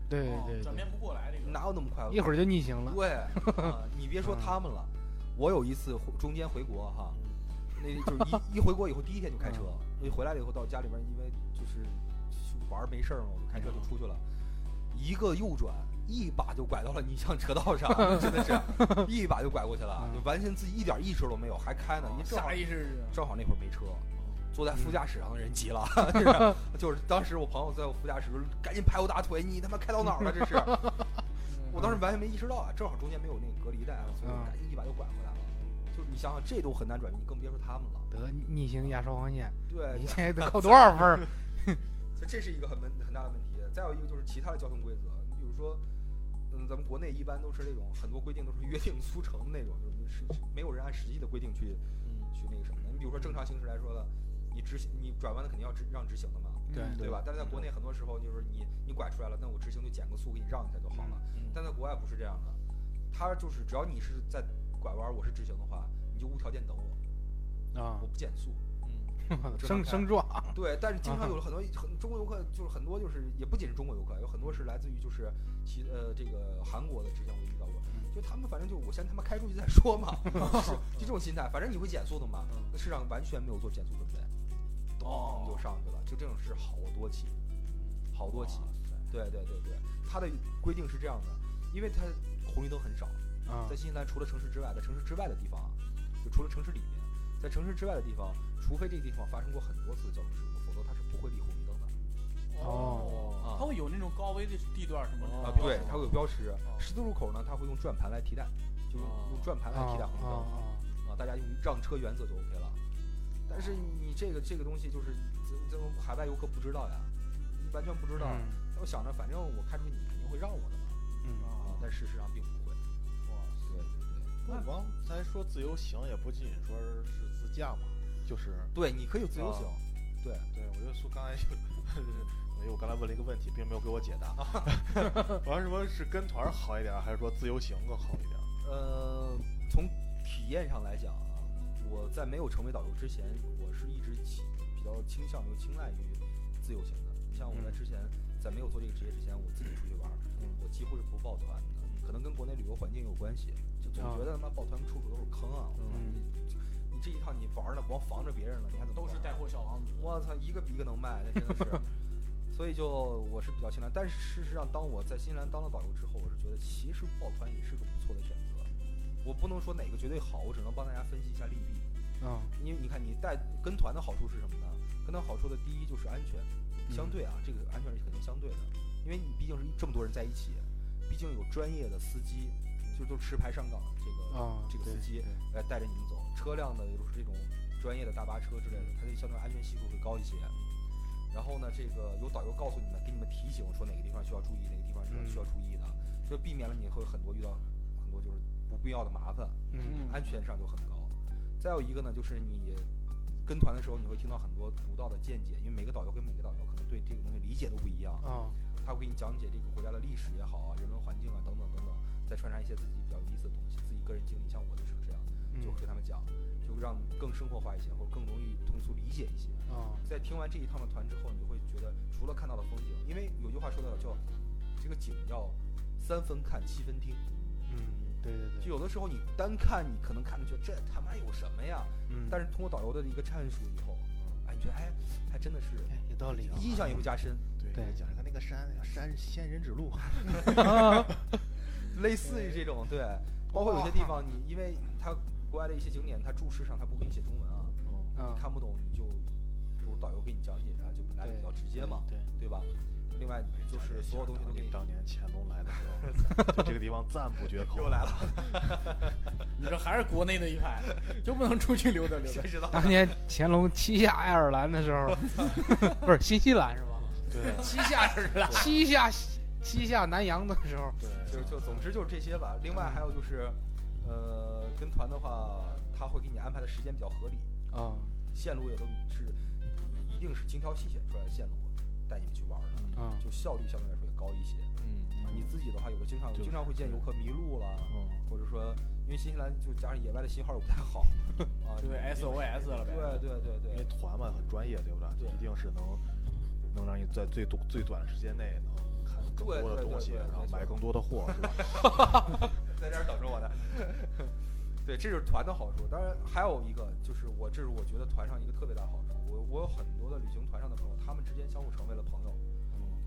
对
哦
对
转
对，
变不过来这个。
哪有那么快？
一会儿就逆行了，嗯
对、 啊你别说他们了，我有一次回中间回国
啊
哈，那就是一一回国以后第一天就开车，
嗯
一回来了以后到家里边，因为就是玩儿没事儿嘛，我就开车就出去了，
嗯
一个右转。一把就拐到了逆向车 道上，真的是，一把就拐过去了，
嗯
就完全自己一点意识都没有，还开呢。
哦
你正好
下意识
正好那会儿没车，坐在副驾驶上的人急了， 就是就是当时我朋友在我副驾驶说：“赶紧拍我大腿，你他妈开到哪儿了？这是！”我当时完全没意识到啊，正好中间没有那个隔离带啊，所以我赶紧一把就拐回来了。就是你想想，这都很难转变，你更别说他们了。
得逆行压双黄线，
对
你，现在得扣多少分儿？
这这是一个很问很大的问题。再有一个就是其他的交通规则，你比如说，嗯，咱们国内一般都是那种很多规定都是约定俗成的那种，就是是没有人按实际的规定去去那个什么的。你比如说正常行驶来说的，你直行你转弯的肯定要直让直行的嘛，
对
嗯
对吧？但是在国内很多时候就是你你拐出来了，那我直行就减个速给你让一下就好了。
嗯
但在国外不是这样的，他就是只要你是在拐弯，我是直行的话，你就无条件等我，
啊
我，不减速。
升升撞，
对，但是经
啊
常有很多很中国游客，就是很多就是也不仅是中国游客，有很多是来自于就是其呃这个韩国的，之前我遇到过，就他们反正就我先他妈开出去再说 嘛，是就这种心态，反正你会减速的嘛，那市场完全没有做减速准备，
嗯哦
咚就上去了，就这种事好多起，好多起，对对对对，它的规定是这样的，因为它红绿灯很少，
啊
在，新西兰除了城市之外，在城市之外的地方啊，就除了城市里面，在城市之外的地方，除非这个地方发生过很多次交通事故，否则它是不会立红绿灯的。
哦，
啊
它会有那种高危的地段什么
哦
的
啊
标
对
识，
它会有标识。十字路口呢，它会用转盘来替代，就是
哦
用转盘来替代
啊
红绿灯
啊，
啊，大家用让车原则就 OK 了。但是你这个这个东西就是，这这海外游客不知道呀，完全不知道。我想着反正我开出去，你肯定会让我的嘛，
嗯，
啊，但事实上并不会。对对对。
那刚才说自由行也不仅说是自驾嘛，就是
对，你可以自由行
哦
啊，
对，
对，我就说刚才就， 因为我刚才问了一个问题，并没有给我解答。 我要是说是跟团儿好一点儿，还是说自由行更好一点儿？
呃，从体验上来讲啊，我在没有成为导游之前，我是一直倾比较倾向于青睐于自由行的。你像我在
嗯
之前，在没有做这个职业之前，我自己出去玩儿，我几乎是不抱团
嗯
的，可能跟国内旅游环境有关系，就总
啊
觉得他妈抱团处处都是坑啊！我操
嗯
你你这一趟你玩儿呢，光防着别人了，你还怎么
都是
玩儿
带货小王子。
我操，一个比一个能卖，那真的是。 所以就我是比较青睐，但是事实上，当我在新西兰当了导游之后，我是觉得其实抱团也是个不错的选择。我不能说哪个绝对好，我只能帮大家分析一下利弊。
啊，
因为你看，你带跟团的好处是什么呢？跟团好处的第一就是安全，相对啊，这个安全是肯定相对的，因为你毕竟是这么多人在一起，毕竟有专业的司机，就都持牌上岗的这个
啊，
这个司机来带着你们走。车辆呢，也就是这种专业的大巴车之类的，它的相对安全系数会高一些。然后呢，呢，这个有导游告诉你们，给你们提醒说哪个地方需要注意，哪个地方需要
嗯
需要注意的，就避免了你会很多遇到很多就是不必要的麻烦，
嗯
嗯
安全上就很高。再有一个呢，就是你跟团的时候，你会听到很多独到的见解，因为每个导游跟每个导游可能对这个东西理解都不一样。
啊，
他会给你讲解这个国家的历史也好啊，人文环境啊等等等等，再穿插一些自己比较有意思的东西，自己个人经历，像我就是这样，就
嗯
跟他们讲，就让更生活化一些，或者更容易通俗理解一些。
啊，
在听完这一趟的团之后，你会觉得除了看到的风景，因为有句话说的叫“这个景要三分看七分听
嗯，对对”，
就
对，
有的时候你单看，你可能看着觉得这他妈有什么呀，
嗯，
但
是
是通过导游的一个阐述以后，哎，你觉得哎，还真的是
有道理啊，
印象也会加深，
对
对
讲一个那个山，那个山仙人指路，
类似于这种对，包括有些地方你因为它国外的一些景点，它注释上它不给你写中文啊，
啊
你，看不懂你就就是导游给你讲解啊，就本来比较直接嘛，
对，
对吧？另外就是所有东西都给你
当年乾隆来的时候，对这个地方赞不绝口。
又来了，
你这还是国内的一派，就不能出去溜达溜 达
谁。知 道？
当年乾隆七下爱尔兰的时 候，不是新西兰是吧？
对
七下人了，
七下七下南洋的 时候，
就
对，
就总之就是这些吧。另外还有就是，呃，跟团的话，他会给你安排的时间比较合理，
啊，
线路也都是一定是精挑细选出来的线路带你们去玩儿的，
嗯
就效率相对来说也高一些。
嗯
你自己的话，有的经常
就是
经常会见游客迷路了，
嗯
或者说因为新西兰就加上野外的信号也不太 好啊，
对 SOS 了呗。
对对对
因为
对，
团嘛很专业，对不对？
对
一定是能能让你在最短最短时间内能看更
对
多
对
的东
对
西，
对
然后
没错
买更多的货，是吧？
在这儿等着我呢。对，这就是团的好处。当然还有一个就是我，这是我觉得团上一个特别大的好处。我我有很多的旅行团上的朋友，他们之间相互成为了朋友。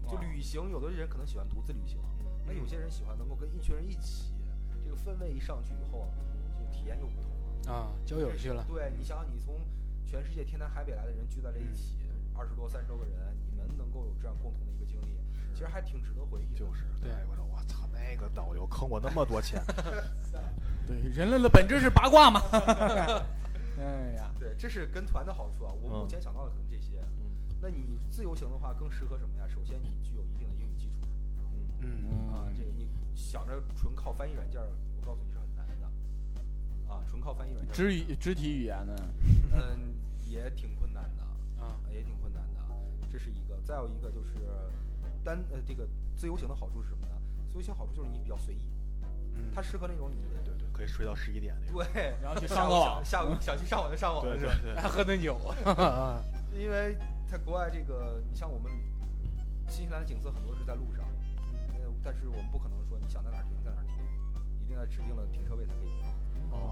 就
哇嗯
旅行，有的人可能喜欢独自旅行，那有些人喜欢能够跟一群人一起，这个氛围一上去以后，啊就体验又不同了。
啊，交友去了，
对你想想，你从全世界天南海北来的人聚在了一起，
嗯
二十多、三十多个人，你们能够有这样共同的一个经历，其实还挺值得回忆的。
就是，
对
哎我说我操，那个导游坑我那么多钱，
对，人类的本质是八卦嘛。哎呀，
对，这是跟团的好处啊。我目
嗯
前想到的可能这些。
嗯
那你自由行的话，更适合什么呀？首先，你具有一定的英语基础
嗯，
嗯
嗯
啊，这个你想着纯靠翻译软件儿，我告诉你是很难的啊，纯靠翻译软件儿，
肢语肢体语言呢？
嗯，也挺困难的。
啊，
也挺困难的，这是一个。再有一个就是单呃这个自由行的好处是什么呢？自由行好处就是你比较随意，
嗯，
它适合那种你
对对，可以睡到十一点那种。
对
然 后去
下
上
午
个网，
想下午想去上网就上网，
对对对，
还喝顿酒，啊，
因为在国外这个，你像我们新西兰的景色很多是在路上，呃但是我们不可能说你想在哪儿停在哪儿停，一定在指定的停车位才可以停。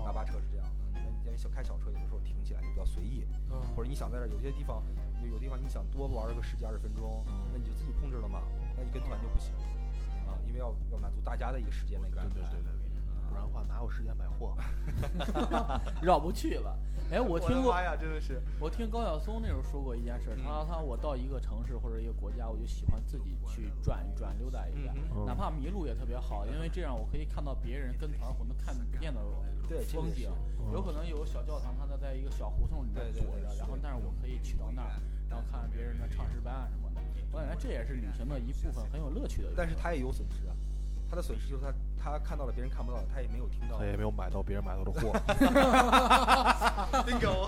大巴车是这样的，那你像小开小车有的时候停起来就比较随意，或者你想在这儿有些地方，有有地方你想多玩个十几二十分钟，
嗯
那你就自己控制了嘛。那你跟团就不行啊，因为要要满足大家的一个时间的一个
对
安排。
嗯对对对对，不然的话哪有时间买货？
绕不去了。哎，我听
的
过
妈，呀，真的是
我听高晓松那时候说过一件事，
嗯
他说他我到一个城市或者一个国家，我就喜欢自己去转一转、溜达一下，
嗯
哪怕迷路也特别好，因为这样我可以看到别人跟团混都看不见的
对这个
风
是
景。
嗯
有可能有小教堂，它在一个小胡同里面
对对
躲
对
着，
是
然后但是我可以去到那儿，然后看看别人的唱诗班啊什么的。我感觉这也是旅行的一部分，很有乐趣的一部分。
但是他也有损失啊，他的损失就是他他看到了别人看不到的，他也没有听到
他。也没有买到别人买到 的货。
bingo。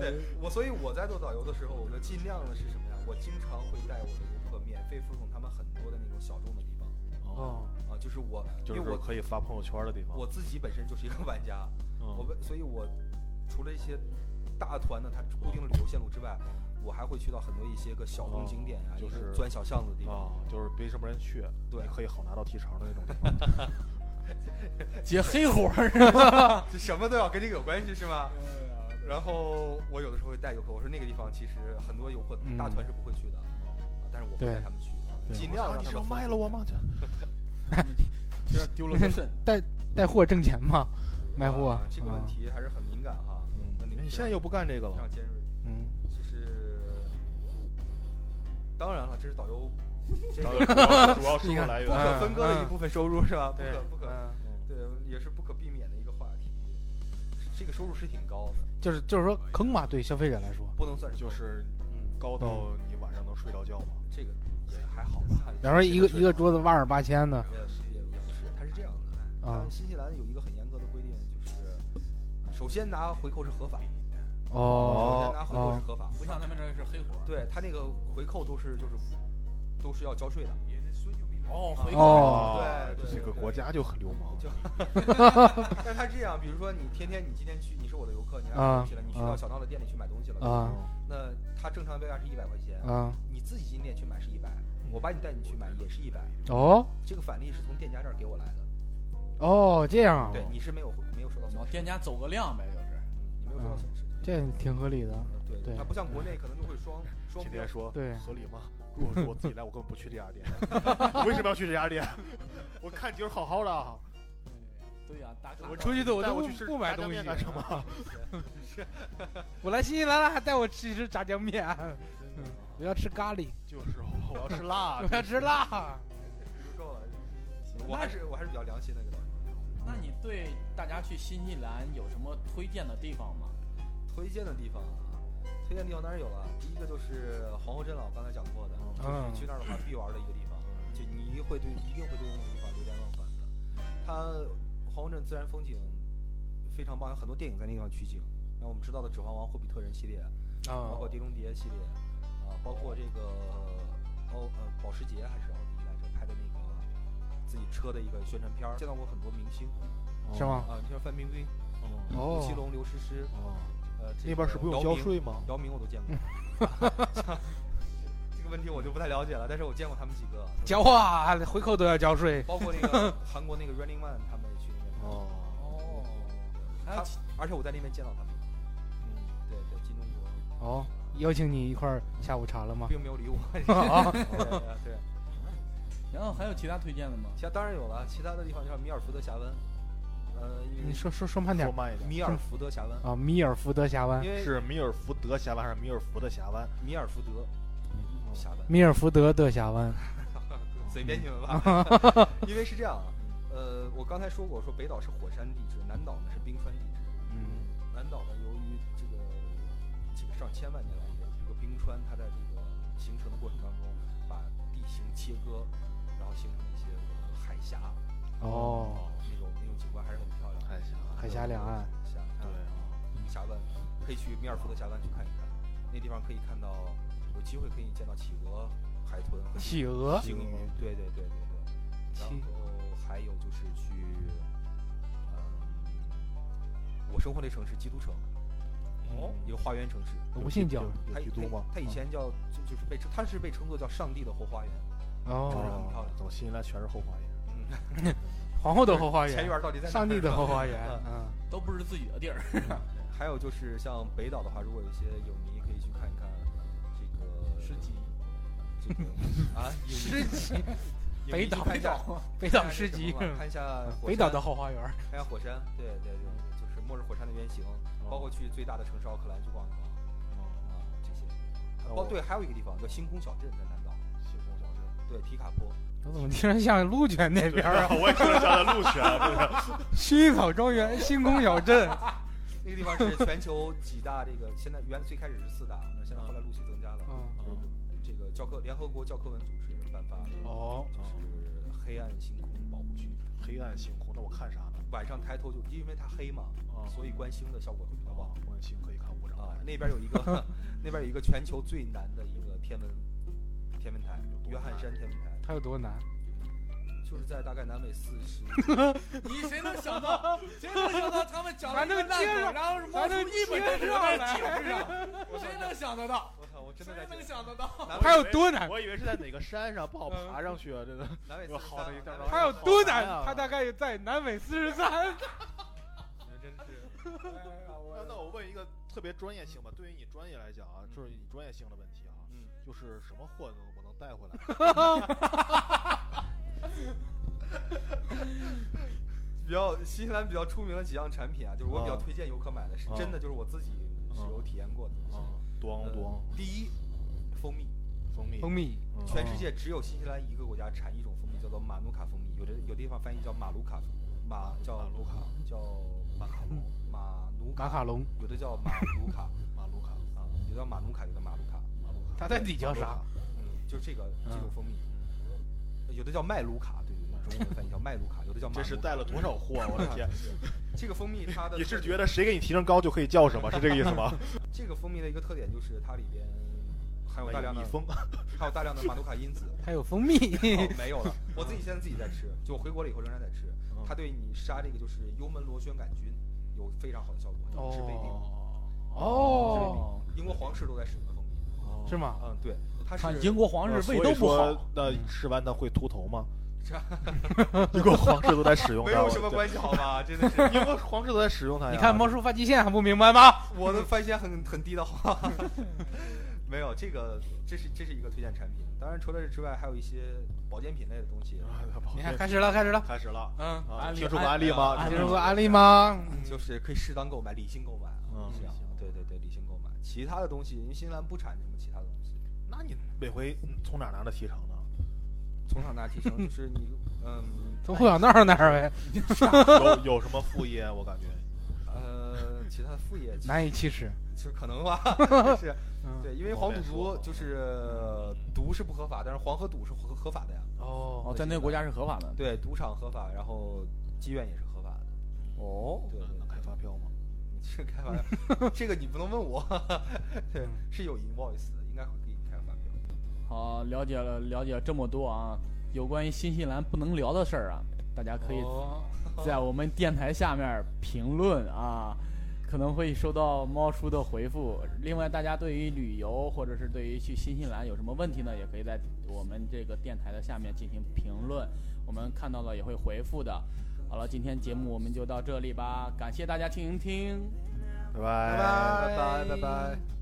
对 我，所以我在做导游的时候，我就尽量的是什么呀？我经常会带我的游客免费附送他们很多的那种小众的地方
哦，
哦，
啊，就是我，
就
因为
是
我
可以发朋友圈的地方。
我自己本身就是一个玩家，我
嗯
为所以，我除了一些大团的它固定的旅游线路之外，我还会去到很多一些个小众景点啊，
哦就
一些
是
钻小巷子的地方。
啊，就是没什么人去，
对
你可以好拿到提成的那种地方。
结黑活儿，
啊
就什么都要跟 这个有关系是吗？ 然后我有的时候会带游客，我说那个地方其实很多游客
嗯
大团是不会去的，
嗯
啊但是我会
对
带他们去，啊
对
尽量让
你
他
是要
们啊
卖了我吗？这
这丢了个肾。
带带货挣钱嘛，卖货
啊，这个问
啊，
题还是很敏感哈。那
嗯
你
你现在又不干这个
非
了啊
常，尖锐，
嗯，
就是当然了，这是导 游这
主
个
要主要收入来
不
源。
可分割的一
啊
部分收入是吧？不
对
可不，可
嗯，
对，也是不可避免的一个话题。这个收入是挺高的，
就是就是说坑嘛，对消费者来说，
不能算是
就是
嗯，
高到你晚上能睡着觉吗？
这个也还好吧。
假如说一个一个桌
子
子万二八千的
也也不是，它是这样的。
啊
它新西兰有一个很严格的规定，就是首先拿回扣是合法，首先
哦
拿回扣是
哦
合法，
不像咱们这儿是黑活儿。
对他那个回扣都是就是都是要交税的。
啊
哦，回扣
哦，
对对
啊这个
对
国家就很流氓。
就，但是他这样，比如说你天天你今天去，你是我的游客，你来买
啊
东西了，你去
啊
到小闹的店里去买东西了，
啊
那他正常标价是一百块钱，
啊
你自己进店去买是一百，我把你带你去买也是一百，
哦
这个返利是从店家这儿给我来的，
哦，这样啊，
对，你是没有没有受到
然
损
后
失，
哦店家走个量呗，就是。
你没有受到损失，
这挺合理的。
呃对，
对
它不像国内可能就会双双
天
标
天，说
对
合理吗？如果是我自己来，我根本不去 这家店。我为什么要去这家店？ 我看景儿好 好的，啊
对呀、打卡。
我
出去的我
带
都
我
不
去吃
不买
炸酱
东西
面干什么？
我来新西兰了，还带我吃一吃炸酱面，啊我要吃咖喱，
就是我啊要吃辣
我，要吃 辣。
就够了。我还是我还是比较良心的一个导游。
那你对大家去新西兰有什么推荐的地方吗？
推荐的地方啊，推荐地方当然有了，第一个就是皇后镇了，我刚才讲过的，
嗯
去那儿的话必玩的一个地方，就你一会对一定会对那个地方流连忘返的。它皇后镇自然风景非常棒，有很多电影在那个地方取景，像我们知道的《指环王》《霍比特人》系列，包括
哦
《碟中谍》系列，啊，包括这个奥呃保时捷还是奥迪来着拍的那个自己车的一个宣传片儿，见到过很多明星
是吗？
啊，你像范冰冰、
哦
吴奇隆、刘诗诗，
哦，
呃，这
那边
个
是不用
姚
交
明
税吗？
姚明我都见过， 这个问题我就不太了解了，但是我见过他们几个，
交啊，回扣都要交税。
包括那个韩国那个 Running Man，他们也去那边，
哦，
哦，还有
他而且我在那边见到他们，
嗯，
对对，金钟国
哦，邀请你一块儿下午茶了吗？
并没有理我，
啊，
对对，
然后还有其他推荐的吗？
其他当然有了，其他的地方就是米尔福德峡湾，呃，因为
你说说说慢点
说慢一点，
米尔福德峡湾，
啊，米尔福德峡湾，
因为
是米尔福德峡湾还是米尔福的峡湾？
米尔福德
哦
峡湾，
米尔福德的峡湾。
随便你们吧， 因为是这样啊，呃，我刚才说过，说北岛是火山地质，南岛呢是冰川地质。
嗯，
南岛呢，由于这个这个上千万年来的这个冰川，它在这个形成的过程当中，把地形切割，然后形成一些海峡，
哦，
那种那种景观还是很漂亮的。
海峡，
海峡两岸。
峡
对啊，
峡湾可以去米尔福德峡湾去看一看，那地方可以看到，有机会可以见到企鹅、海豚和
企鹅，
鲸鱼，对对对对对。然
企
后还有就是去，呃，我生活的城市基督城，
哦
一个花园城市。
我不信教。
它
有基
以
督吗？
它以前叫就就是被称，它是被称作叫上帝的后 花园。
哦，
哦，怎么新西兰全是后花园？
嗯，
皇后的后花
前
园，
院到底在哪儿？
上帝的后花园。嗯，
都不是自己的地儿。
还有就是像北岛的话，如果有一些影迷可以去看一看这个
诗集，
这个啊
诗集，
影迷
北岛
去看一下
北
看
岛
一下
诗
什
集
么，吧看一下嗯火
北岛
山
的后花园。
看一下火山，对对对，就是末日火山的原型，包括去最大的城市奥克兰去逛一逛啊这些。
哦
哦，对，还有一个地方叫星空小镇，在南岛，
西宫小镇。
对，提卡坡。
我怎么听着像鹿泉那边啊？
我也听着像在路 权，啊
薰衣草庄园、星空小镇。
那个地方是全球几大这个，现在原最开始是四大，那现在后来陆续增加了。
哦
嗯
这个教科联合国教科文组织颁发的，
哦
就是黑暗星空保护区。
黑暗星空，那我看啥呢？
晚上抬头就因为它黑嘛，
啊
所以观星的效果会比较
好吧
棒。，
我行可以看五张
啊
牌，。
那边有一 个，那边有一个全球最难的一个天文天文台，约翰山天文台，
它有多难？
就是在大概南纬四 十。
你谁能想到？谁能想到他们讲了一个烂梗，然后是猫出一本正经在解释上？ 谁能想得到？
我操，我真
谁
的在
能想得到？
南
它
纬
有多难？
我以为是在哪个山上不好爬上去啊， 这个
南纬
我
四十
好的一地儿
三，
它有多难？它大概在南纬四十三。
真是。
那那我问一个特别专业性吧，对于你专业来讲啊，就是你专业性的问题啊，
嗯，
就是什么货能我能带回来？
比较新西兰比较出名的几样产品啊，就是我比较
啊
推荐游客买的，是真的就是我自己是有体验过的东西。
啊，咣
呃
咣，
第一，蜂蜜，
蜂蜜，
蜂蜜。
嗯
全世界只有新西兰一个国家产一种蜂蜜，叫做马努卡蜂蜜，有的有的地方翻译叫马卢卡蜂，马叫
马卢卡
叫 马卡龙，马努
马卡龙。
有的叫马卢卡
马卢卡，
啊，有的叫马努卡，有的马卢卡。
马卢卡，
他在底叫啥？
嗯，就这个这种蜂蜜，有的叫麦卢卡，对对对，中文翻译叫麦卢卡，有的叫马
这是
卢
带
卡
了多少货啊！我的天，
这个蜂蜜它 的
你是
特
觉得谁给你提成高就可以叫什么？是这个意思 吗？
这个蜂蜜的一个特点就是它里边含有大量的呃
蜜蜂，
还有大量的马卢卡因 子，
还有蜂蜜，
哦没有了，我自己现在自己在吃，就我回国了以后仍然在吃。
嗯
它对你杀这个就是幽门螺旋杆菌有非常好的效果，能治胃病。
哦
哦，
英国皇室都在使用的蜂蜜。
哦
是吗？
嗯，对，它
哦看
是
英国
呃
皇室胃都不好，。
那吃完它会秃头吗？ 英国皇室都在使用 它，
没有什么
我的
关系，好吧？真的是，
天。英国皇室都在使用它呀。
你看魔术发际线还不明白吗？
我的翻线很很低的话，没有这个，这是这是一个推荐产品。当然，除了这之外，还有一些保健品类的东西，
啊哎
你看，开始了，开始了。
开始了。
嗯，
啊
安利
听说过安利吗？
安利
听说过安利吗？
就是可以适当购买，理性购买啊
嗯，
这样。对对对，理性购买。其他的东西，因为新西兰不产什么其他的东西。
那你每回从哪拿的提成呢？
从小那提升，就是你，嗯，
从后脚那儿那儿呗，
有有什么副业？我感觉
呃，其他的副业其实
难以启齿。
就是可能吧，就是
嗯，
对，因为
不
黄
好
赌
说
毒就是毒是不合法，但是黄和赌是合合法的呀。
哦，
哦，在那个国家是合法的。
对，赌场合法，然后妓院也是合法的。
哦，
对对
能
对
开发票吗？
你这开玩 笑，这个你不能问我， 对，是有 invoice 的，应该会给你开发票。
好，了解了，了解这么多啊，有关于新西兰不能聊的事儿啊，大家可以
哦
在我们电台下面评论啊，可能会收到猫叔的回复。另外，大家对于旅游或者是对于去新西兰有什么问题呢，也可以在我们这个电台的下面进行评论，我们看到了也会回复的。好了，今天节目我们就到这里吧，感谢大家听听。
拜
哎拜拜拜拜拜拜。